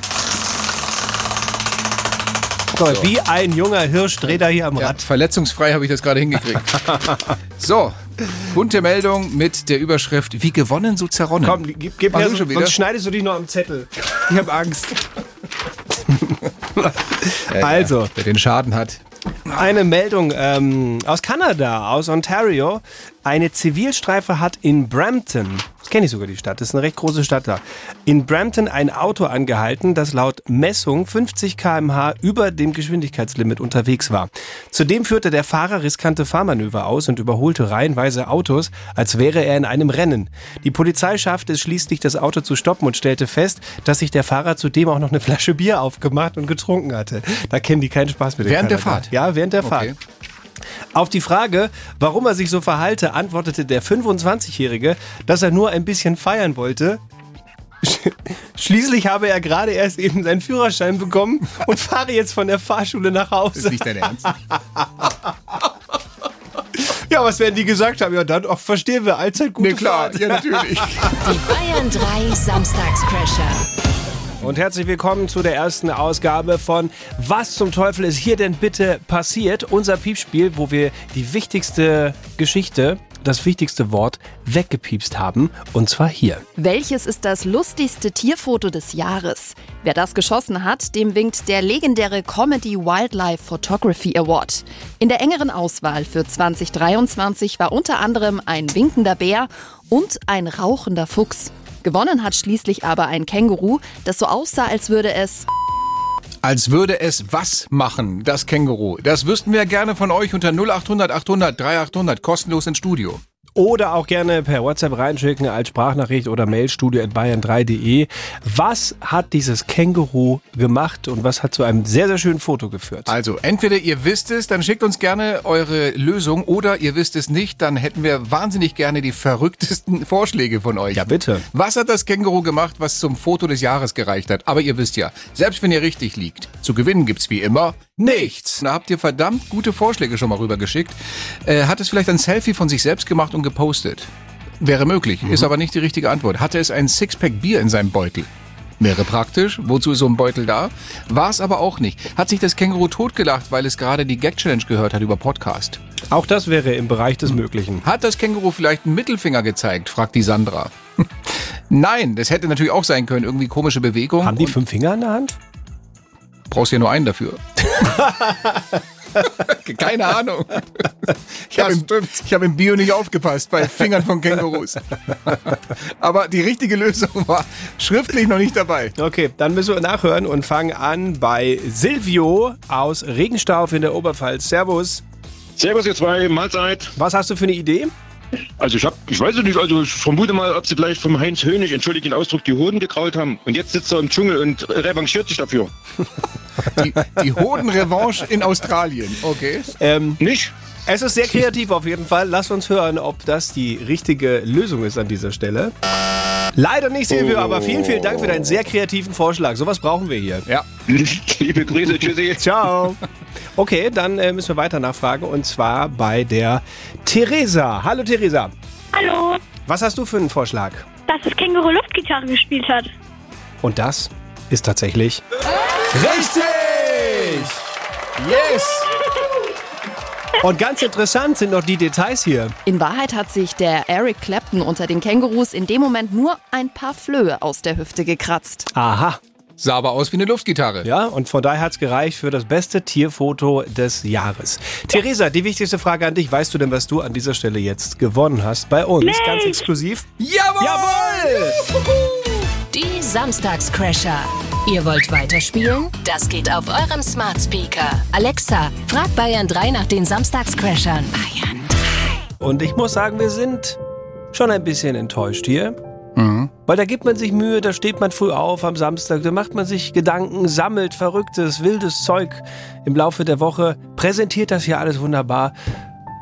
Speaker 2: Toll, Wie ein junger Hirsch dreht er hier am
Speaker 3: Ja,
Speaker 2: Rad.
Speaker 3: verletzungsfrei habe ich das gerade hingekriegt. so, bunte Meldung mit der Überschrift Wie gewonnen, so zerronnen.
Speaker 2: Komm, gib, gib
Speaker 3: Machst
Speaker 2: her,
Speaker 3: du schon
Speaker 2: sonst
Speaker 3: wieder?
Speaker 2: schneidest du dich noch am Zettel. Ich habe Angst. also,
Speaker 3: Wer den Schaden hat.
Speaker 2: Eine Meldung ähm, aus Kanada, aus Ontario. Eine Zivilstreife hat in Brampton, das kenne ich sogar die Stadt, das ist eine recht große Stadt da, in Brampton ein Auto angehalten, das laut Messung 50 km/h über dem Geschwindigkeitslimit unterwegs war. Zudem führte der Fahrer riskante Fahrmanöver aus und überholte reihenweise Autos, als wäre er in einem Rennen. Die Polizei schaffte es schließlich, das Auto zu stoppen und stellte fest, dass sich der Fahrer zudem auch noch eine Flasche Bier aufgemacht und getrunken hatte. Da kennen die keinen Spaß mit den
Speaker 3: Während der
Speaker 2: Kanadiern.
Speaker 3: Fahrt?
Speaker 2: Ja, während der Fahrt.
Speaker 3: Okay.
Speaker 2: Auf die Frage, warum er sich so verhalte, antwortete der 25-Jährige, dass er nur ein bisschen feiern wollte. Sch- Schließlich habe er gerade erst eben seinen Führerschein bekommen und fahre jetzt von der Fahrschule nach
Speaker 3: Das ist
Speaker 2: Hause.
Speaker 3: nicht dein Ernst.
Speaker 2: Ja, was werden die gesagt haben? Ja, dann auch verstehen wir allzeit gute
Speaker 3: Nee, klar,
Speaker 2: Fahrt.
Speaker 3: ja, natürlich.
Speaker 4: Die Bayern 3 Samstagscrasher.
Speaker 2: Und herzlich willkommen zu der ersten Ausgabe von Was zum Teufel ist hier denn bitte passiert? Unser Piepspiel, wo wir die wichtigste Geschichte, das wichtigste Wort weggepiepst haben. Und zwar hier.
Speaker 1: Welches ist das lustigste Tierfoto des Jahres? Wer das geschossen hat, dem winkt der legendäre Comedy Wildlife Photography Award. In der engeren Auswahl für 2023 war unter anderem ein winkender Bär und ein rauchender Fuchs. Gewonnen hat schließlich aber ein Känguru, das so aussah, als würde es
Speaker 3: Als würde es was machen, das Känguru. Das wüssten wir gerne von euch unter 0800 800 3800 kostenlos ins Studio.
Speaker 2: Oder auch gerne per WhatsApp reinschicken als Sprachnachricht oder Mailstudio at bayern3.de. Was hat dieses Känguru gemacht und was hat zu einem sehr, sehr schönen Foto geführt?
Speaker 3: Also, entweder ihr wisst es, dann schickt uns gerne eure Lösung oder ihr wisst es nicht, dann hätten wir wahnsinnig gerne die verrücktesten Vorschläge von euch.
Speaker 2: Ja, bitte.
Speaker 3: Was hat das Känguru gemacht, was zum Foto des Jahres gereicht hat? Aber ihr wisst ja, selbst wenn ihr richtig liegt, zu gewinnen gibt's wie immer nichts. Da habt ihr verdammt gute Vorschläge schon mal rübergeschickt. Äh, hat es vielleicht ein Selfie von sich selbst gemacht und gepostet? Wäre möglich,
Speaker 2: Mhm.
Speaker 3: ist aber nicht die richtige Antwort. Hatte es ein Sixpack Bier in seinem Beutel? Wäre praktisch. Wozu ist so ein Beutel da? War es aber auch nicht. Hat sich das Känguru totgelacht, weil es gerade die Gag-Challenge gehört hat über Podcast?
Speaker 2: Auch das wäre im Bereich des Möglichen.
Speaker 3: Hat das Känguru vielleicht einen Mittelfinger gezeigt? fragt die Sandra. Nein, das hätte natürlich auch sein können. Irgendwie komische Bewegung.
Speaker 2: Haben die fünf Finger in der Hand?
Speaker 3: Brauchst ja nur einen dafür. Keine Ahnung. Ich habe im, ich hab im Bio nicht aufgepasst bei Fingern von Kängurus. Aber die richtige Lösung war schriftlich noch nicht dabei.
Speaker 2: Okay, dann müssen wir nachhören und fangen an bei Silvio aus Regenstauf in der Oberpfalz. Servus.
Speaker 10: Servus, ihr zwei, Mahlzeit.
Speaker 2: Was hast du für eine Idee?
Speaker 10: Also ich hab, ich weiß es nicht, also ich vermute mal, ob sie vielleicht vom Heinz Hönig, entschuldigt den Ausdruck, die Hoden gekrault haben. Und jetzt sitzt er im Dschungel und revanchiert sich dafür.
Speaker 3: Die, die Hodenrevanche in Australien. Okay.
Speaker 2: Ähm,
Speaker 10: Nicht?
Speaker 2: Es ist sehr kreativ auf jeden Fall. Lass uns hören, ob das die richtige Lösung ist an dieser Stelle. Leider nicht, Silvio, aber vielen, vielen Dank für deinen sehr kreativen Vorschlag. Sowas brauchen wir hier.
Speaker 3: Ja.
Speaker 10: Liebe Grüße, tschüssi.
Speaker 2: Ciao. Okay, dann äh, müssen wir weiter nachfragen und zwar bei der Theresa. Hallo Theresa.
Speaker 13: Hallo,
Speaker 2: Was hast du für einen Vorschlag?
Speaker 13: dass das Känguru Luftgitarre gespielt hat.
Speaker 2: Und das ist tatsächlich
Speaker 3: Richtig! Yes!
Speaker 2: Und ganz interessant sind noch die Details hier.
Speaker 1: In Wahrheit hat sich der Eric Clapton unter den Kängurus in dem Moment nur ein paar Flöhe aus der Hüfte gekratzt.
Speaker 2: Aha.
Speaker 3: Sah aber aus wie eine Luftgitarre.
Speaker 2: Ja, und von daher hat es gereicht für das beste Tierfoto des Jahres. Theresa, die wichtigste Frage an dich. Weißt du denn, was du an dieser Stelle jetzt gewonnen hast bei uns?
Speaker 4: Nicht.
Speaker 2: Ganz exklusiv.
Speaker 3: Jawohl!
Speaker 2: Jawohl!
Speaker 4: Die Samstagscrasher. Ihr wollt weiterspielen? Das geht auf eurem Smart Speaker. Alexa, frag Bayern 3 nach den Samstagscrashern.
Speaker 3: Mhm.
Speaker 2: Und ich muss sagen, wir sind schon ein bisschen enttäuscht hier. Weil da gibt man sich Mühe, da steht man früh auf am Samstag, da macht man sich Gedanken, sammelt verrücktes, wildes Zeug im Laufe der Woche, präsentiert das hier alles wunderbar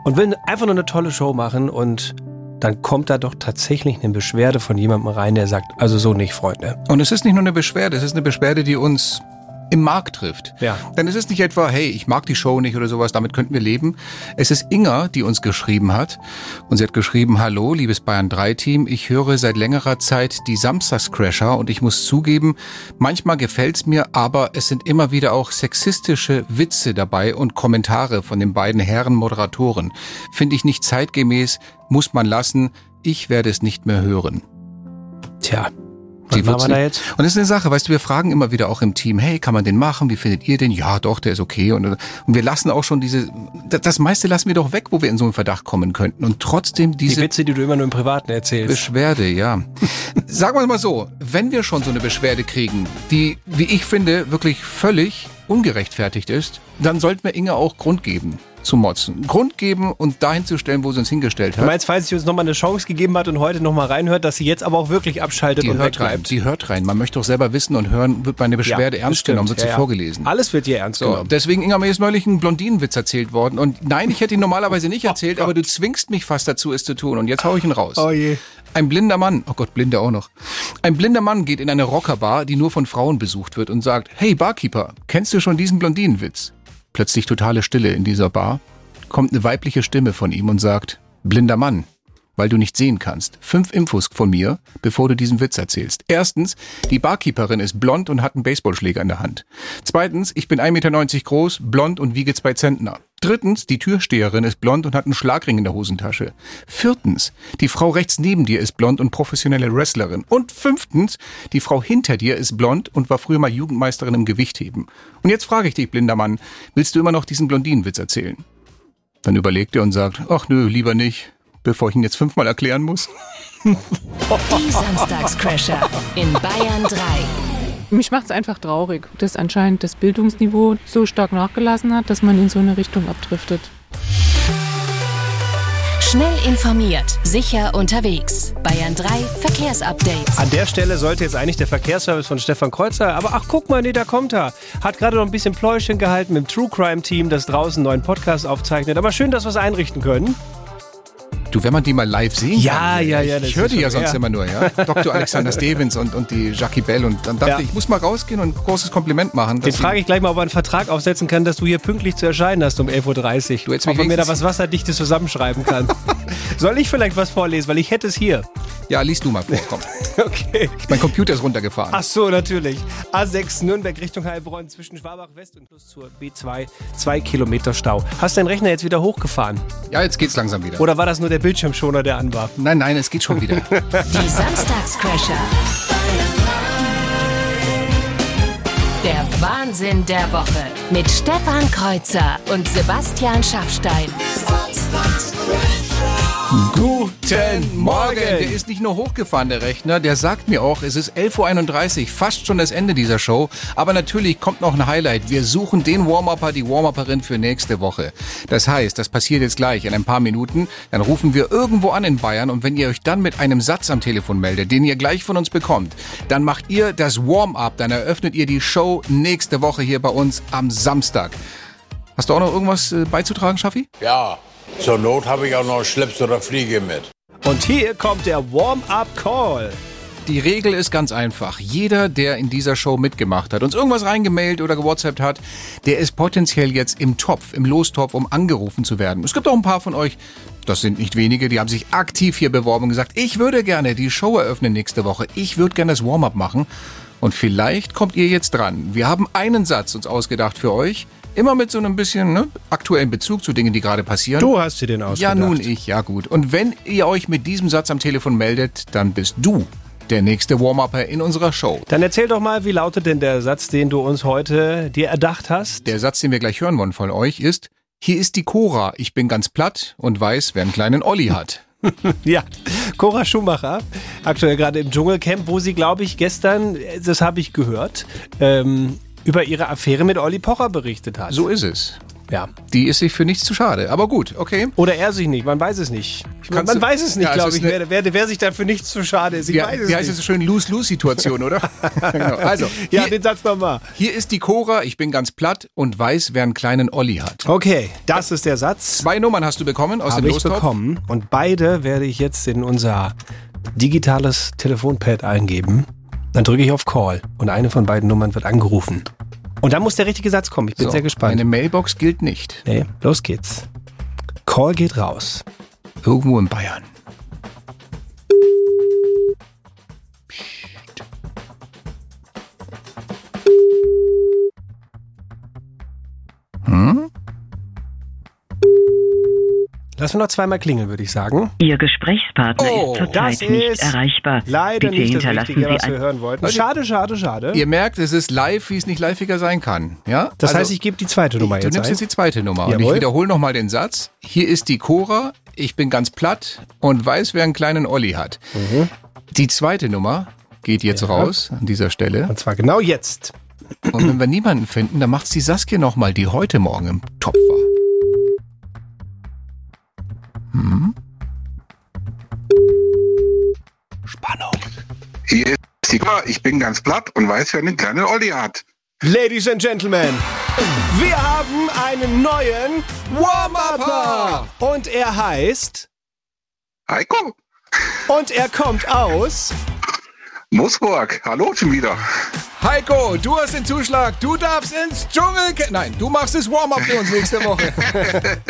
Speaker 2: und will einfach nur eine tolle Show machen und dann kommt da doch tatsächlich eine Beschwerde von jemandem rein, der sagt, also so nicht, Freunde.
Speaker 3: Und es ist nicht nur eine Beschwerde, es ist eine Beschwerde, die uns im Markt trifft. Ja. Dann ist es nicht etwa, hey, ich mag die Show nicht oder sowas, damit könnten wir leben. Es ist Inga, die uns geschrieben hat. Und sie hat geschrieben, hallo, liebes Bayern 3-Team, ich höre seit längerer Zeit die Samstagscrasher und ich muss zugeben, manchmal gefällt's mir, aber es sind immer wieder auch sexistische Witze dabei und Kommentare von den beiden Herren Moderatoren. Finde ich nicht zeitgemäß, muss man lassen, ich werde es nicht mehr hören.
Speaker 2: Tja,
Speaker 3: Sie
Speaker 2: Was machen wir da
Speaker 3: wird's nicht- Und das ist eine Sache, weißt du, wir fragen immer wieder auch im Team, hey, kann man den machen? Wie findet ihr den? Ja, doch, der ist okay. Und, und wir lassen auch schon diese, das, das meiste lassen wir doch weg, wo wir in so einen Verdacht kommen könnten. Und trotzdem diese...
Speaker 2: Die Witze, die du immer nur im Privaten erzählst.
Speaker 3: Beschwerde, ja. Sagen wir es mal so, wenn wir schon so eine Beschwerde kriegen, die, wie ich finde, wirklich völlig ungerechtfertigt ist, dann sollten wir Inge auch Grund geben zu motzen. Grund geben und dahin zu stellen, wo sie uns hingestellt
Speaker 2: Du
Speaker 3: hat.
Speaker 2: meinst, falls sie uns nochmal eine Chance gegeben hat und heute nochmal reinhört, dass sie jetzt aber auch wirklich abschaltet
Speaker 3: Die
Speaker 2: und
Speaker 3: hört rein,
Speaker 2: vertreibt?
Speaker 3: die hört rein. Man möchte doch selber wissen und hören, wird meine Beschwerde
Speaker 2: Ja,
Speaker 3: ernst
Speaker 2: das stimmt.
Speaker 3: genommen, wird sie
Speaker 2: Ja, ja.
Speaker 3: vorgelesen.
Speaker 2: Alles wird ihr ernst
Speaker 3: So,
Speaker 2: genommen.
Speaker 3: deswegen, Inga, mir ist neulich ein Blondinenwitz erzählt worden. Und nein, ich hätte ihn normalerweise nicht erzählt, aber du zwingst mich fast dazu, es zu tun. Und jetzt hau ich ihn raus. Oh je. Ein blinder Mann, oh Gott, blinder auch noch. Ein blinder Mann geht in eine Rockerbar, die nur von Frauen besucht wird und sagt, hey Barkeeper, kennst du schon diesen Blondinenwitz? Plötzlich totale Stille in dieser Bar. Kommt eine weibliche Stimme von ihm und sagt, blinder Mann, weil du nicht sehen kannst. Fünf Infos von mir, bevor du diesen Witz erzählst. Erstens, die Barkeeperin ist blond und hat einen Baseballschläger in der Hand. Zweitens, ich bin 1,90 Meter groß, blond und wiege zwei Zentner. Drittens, die Türsteherin ist blond und hat einen Schlagring in der Hosentasche. Viertens, die Frau rechts neben dir ist blond und professionelle Wrestlerin. Und fünftens, die Frau hinter dir ist blond und war früher mal Jugendmeisterin im Gewichtheben. Und jetzt frage ich dich, blinder Mann, willst du immer noch diesen Blondinenwitz erzählen? Dann überlegt er und sagt, ach nö, lieber nicht, bevor ich ihn jetzt fünfmal erklären muss.
Speaker 1: Die Samstagscrasher in Bayern 3.
Speaker 11: Mich macht es einfach traurig, dass anscheinend das Bildungsniveau so stark nachgelassen hat, dass man in so eine Richtung abdriftet.
Speaker 1: Schnell informiert, sicher unterwegs. Bayern 3 Verkehrsupdate.
Speaker 2: An der Stelle sollte jetzt eigentlich der Verkehrsservice von Stefan Kreuzer, aber ach guck mal, nee, da kommt er. Hat gerade noch ein bisschen Pläuschen gehalten mit dem True Crime Team, das draußen einen neuen Podcast aufzeichnet. Aber schön, dass wir es einrichten können.
Speaker 3: Du, wenn man die mal live sehen
Speaker 2: Ja,
Speaker 3: kann.
Speaker 2: ja, ja, das
Speaker 3: Ich
Speaker 2: ist
Speaker 3: hörte ja
Speaker 2: schon-
Speaker 3: sonst
Speaker 2: ja.
Speaker 3: immer nur, ja. Dr. Alexander Stevens und, und die Jackie Bell. Und dann dachte
Speaker 2: Ja.
Speaker 3: ich, ich muss mal rausgehen und ein großes Kompliment machen.
Speaker 2: Den frage ich gleich mal, ob er einen Vertrag aufsetzen kann, dass du hier pünktlich zu erscheinen hast um 11.30 Uhr. Du ob er
Speaker 3: mich
Speaker 2: mir da
Speaker 3: wenigstens-
Speaker 2: was Wasserdichtes zusammenschreiben kann. Soll ich vielleicht was vorlesen, weil ich hätte es hier.
Speaker 3: Ja, liest du mal vor, komm.
Speaker 2: okay.
Speaker 3: Mein Computer ist runtergefahren.
Speaker 2: Ach so, natürlich. A6 Nürnberg Richtung Heilbronn zwischen Schwabach West und plus zur B2. Zwei Kilometer Stau. Hast deinen Rechner jetzt wieder hochgefahren?
Speaker 3: Ja, jetzt geht's langsam wieder.
Speaker 2: Oder war das nur der Bildschirmschoner, der an war?
Speaker 3: Nein, nein, es geht schon wieder.
Speaker 1: Die Samstagscrasher. Der Wahnsinn der Woche mit Stefan Kreuzer und Sebastian Schaffstein.
Speaker 3: Guten Morgen! Der ist nicht nur hochgefahren, der Rechner, der sagt mir auch, es ist 11.31 Uhr, fast schon das Ende dieser Show. Aber natürlich kommt noch ein Highlight. Wir suchen den Warm-Upper, die Warm-Upperin für nächste Woche. Das heißt, das passiert jetzt gleich in ein paar Minuten. Dann rufen wir irgendwo an in Bayern und wenn ihr euch dann mit einem Satz am Telefon meldet, den ihr gleich von uns bekommt, dann macht ihr das Warm-Up, dann eröffnet ihr die Show nächste Woche hier bei uns am Samstag. Hast du auch noch irgendwas äh, beizutragen, Schaffi?
Speaker 10: Ja, zur Not habe ich auch noch Schlips oder Fliege mit.
Speaker 2: Und hier kommt der Warm-Up-Call.
Speaker 3: Die Regel ist ganz einfach. Jeder, der in dieser Show mitgemacht hat, uns irgendwas reingemailt oder gewhatsappt hat, der ist potenziell jetzt im Topf, im Lostopf, um angerufen zu werden. Es gibt auch ein paar von euch, das sind nicht wenige, die haben sich aktiv hier beworben und gesagt, ich würde gerne die Show eröffnen nächste Woche. Ich würde gerne das Warm-up machen. Und vielleicht kommt ihr jetzt dran. Wir haben einen Satz uns ausgedacht für euch. Immer mit so einem bisschen ne, aktuellen Bezug zu Dingen, die gerade passieren.
Speaker 2: Du hast dir den
Speaker 3: Ja,
Speaker 2: ausgedacht.
Speaker 3: nun ich, ja gut. Und wenn ihr euch mit diesem Satz am Telefon meldet, dann bist du der nächste Warm-Upper in unserer Show.
Speaker 2: Dann erzähl doch mal, wie lautet denn der Satz, den du uns heute dir erdacht hast?
Speaker 3: Der Satz, den wir gleich hören wollen von euch, ist: Hier ist die Cora. Ich bin ganz platt und weiß, wer einen kleinen Olli hat.
Speaker 2: ja, Cora Schumacher, aktuell gerade im Dschungelcamp, wo sie, glaube ich, gestern, das habe ich gehört, ähm, über ihre Affäre mit Olli Pocher berichtet hat.
Speaker 3: So ist es. Ja. Die ist sich für nichts zu schade. Aber gut, okay.
Speaker 2: Oder er sich nicht, man weiß es nicht. Ich meine,
Speaker 3: Kannst
Speaker 2: man
Speaker 3: du-
Speaker 2: weiß es nicht,
Speaker 3: Ja, es
Speaker 2: glaube
Speaker 3: ist
Speaker 2: ich,
Speaker 3: eine-
Speaker 2: wer, wer, wer sich dafür nichts zu schade ist. Ich
Speaker 3: ja,
Speaker 2: weiß es
Speaker 3: wie
Speaker 2: nicht.
Speaker 3: heißt es so schön? Lose-Lose-Situation, oder? genau. Also,
Speaker 2: ja,
Speaker 3: hier,
Speaker 2: den Satz nochmal.
Speaker 3: hier ist die Cora, ich bin ganz platt und weiß, wer einen kleinen Olli hat.
Speaker 2: Okay, das ist der Satz.
Speaker 3: Zwei Nummern hast du bekommen aus
Speaker 2: Habe
Speaker 3: dem
Speaker 2: ich
Speaker 3: Lostopf.
Speaker 2: bekommen und beide werde ich jetzt in unser digitales Telefonpad eingeben. Dann drücke ich auf Call und eine von beiden Nummern wird angerufen. Und dann muss der richtige Satz kommen. Ich bin
Speaker 3: So,
Speaker 2: sehr gespannt.
Speaker 3: Eine Mailbox gilt nicht.
Speaker 2: Nee, los geht's. Call geht raus.
Speaker 3: Irgendwo in Bayern.
Speaker 2: Hm? Lass mir noch zweimal klingeln, würde ich sagen.
Speaker 4: Ihr Gesprächspartner
Speaker 2: Oh,
Speaker 4: ist zurzeit
Speaker 2: das ist
Speaker 4: nicht erreichbar.
Speaker 2: Leider
Speaker 4: Bitte
Speaker 2: nicht das
Speaker 4: hinterlassen
Speaker 2: Richtige,
Speaker 4: Sie
Speaker 2: was
Speaker 4: ein-
Speaker 2: wir hören wollten.
Speaker 3: Leute,
Speaker 2: Schade, schade, schade.
Speaker 3: Ihr merkt, es ist live, wie es nicht liveiger sein kann. Ja?
Speaker 2: Das heißt, ich gebe die zweite Nummer
Speaker 3: Also Du
Speaker 2: jetzt
Speaker 3: nimmst
Speaker 2: ein.
Speaker 3: jetzt die zweite Nummer. Und
Speaker 2: Jawohl.
Speaker 3: ich wiederhole nochmal den Satz. Hier ist die Cora, ich bin ganz platt und weiß, wer einen kleinen Olli hat.
Speaker 2: Mhm.
Speaker 3: Die zweite Nummer geht jetzt raus an dieser Stelle. Und
Speaker 2: zwar genau jetzt.
Speaker 3: Und wenn wir niemanden finden, dann macht's die Saskia nochmal, die heute Morgen im Topf war. Hm?
Speaker 14: Hier ist Sigmar, ich bin ganz platt und weiß, wer einen kleinen Olli hat.
Speaker 2: Ladies and Gentlemen, wir haben einen neuen
Speaker 3: Ah.
Speaker 2: Warm-Upper. Und er heißt...
Speaker 14: Heiko.
Speaker 2: Und er kommt aus...
Speaker 14: Moosburg, hallo schon wieder.
Speaker 3: Heiko, du hast den Zuschlag. Du darfst ins Dschungel. Nein, du machst das Warm-up für uns nächste Woche.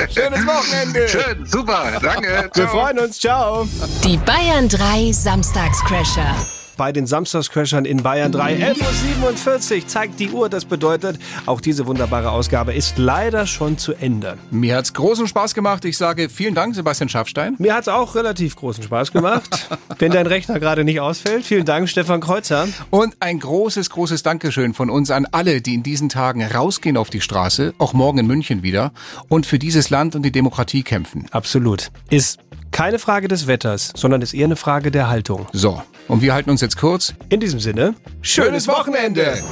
Speaker 3: Schönes Wochenende.
Speaker 14: Schön, super, danke.
Speaker 2: Wir freuen uns, ciao.
Speaker 1: Die Bayern 3 Samstagscrasher.
Speaker 2: Bei den Samstagscrashern in Bayern 3, 11.47 Uhr zeigt die Uhr. Das bedeutet, auch diese wunderbare Ausgabe ist leider schon zu Ende.
Speaker 3: Mir hat's großen Spaß gemacht. Ich sage vielen Dank, Sebastian Schaffstein.
Speaker 2: Mir hat's auch relativ großen Spaß gemacht. Wenn dein Rechner gerade nicht ausfällt. Vielen Dank, Stefan Kreuzer.
Speaker 3: Und ein großes, großes Dankeschön von uns an alle, die in diesen Tagen rausgehen auf die Straße, auch morgen in München wieder, und für dieses Land und die Demokratie kämpfen.
Speaker 2: Absolut. Ist keine Frage des Wetters, sondern ist eher eine Frage der Haltung.
Speaker 3: So, und wir halten uns jetzt kurz.
Speaker 2: In diesem Sinne,
Speaker 3: schönes Wochenende!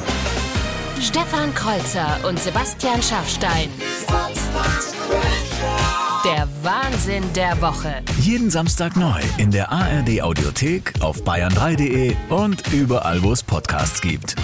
Speaker 1: Stefan Kreuzer und Sebastian Schaffstein. Der Wahnsinn der Woche.
Speaker 11: Jeden Samstag neu in der ARD Audiothek, auf bayern3.de und überall, wo es Podcasts gibt.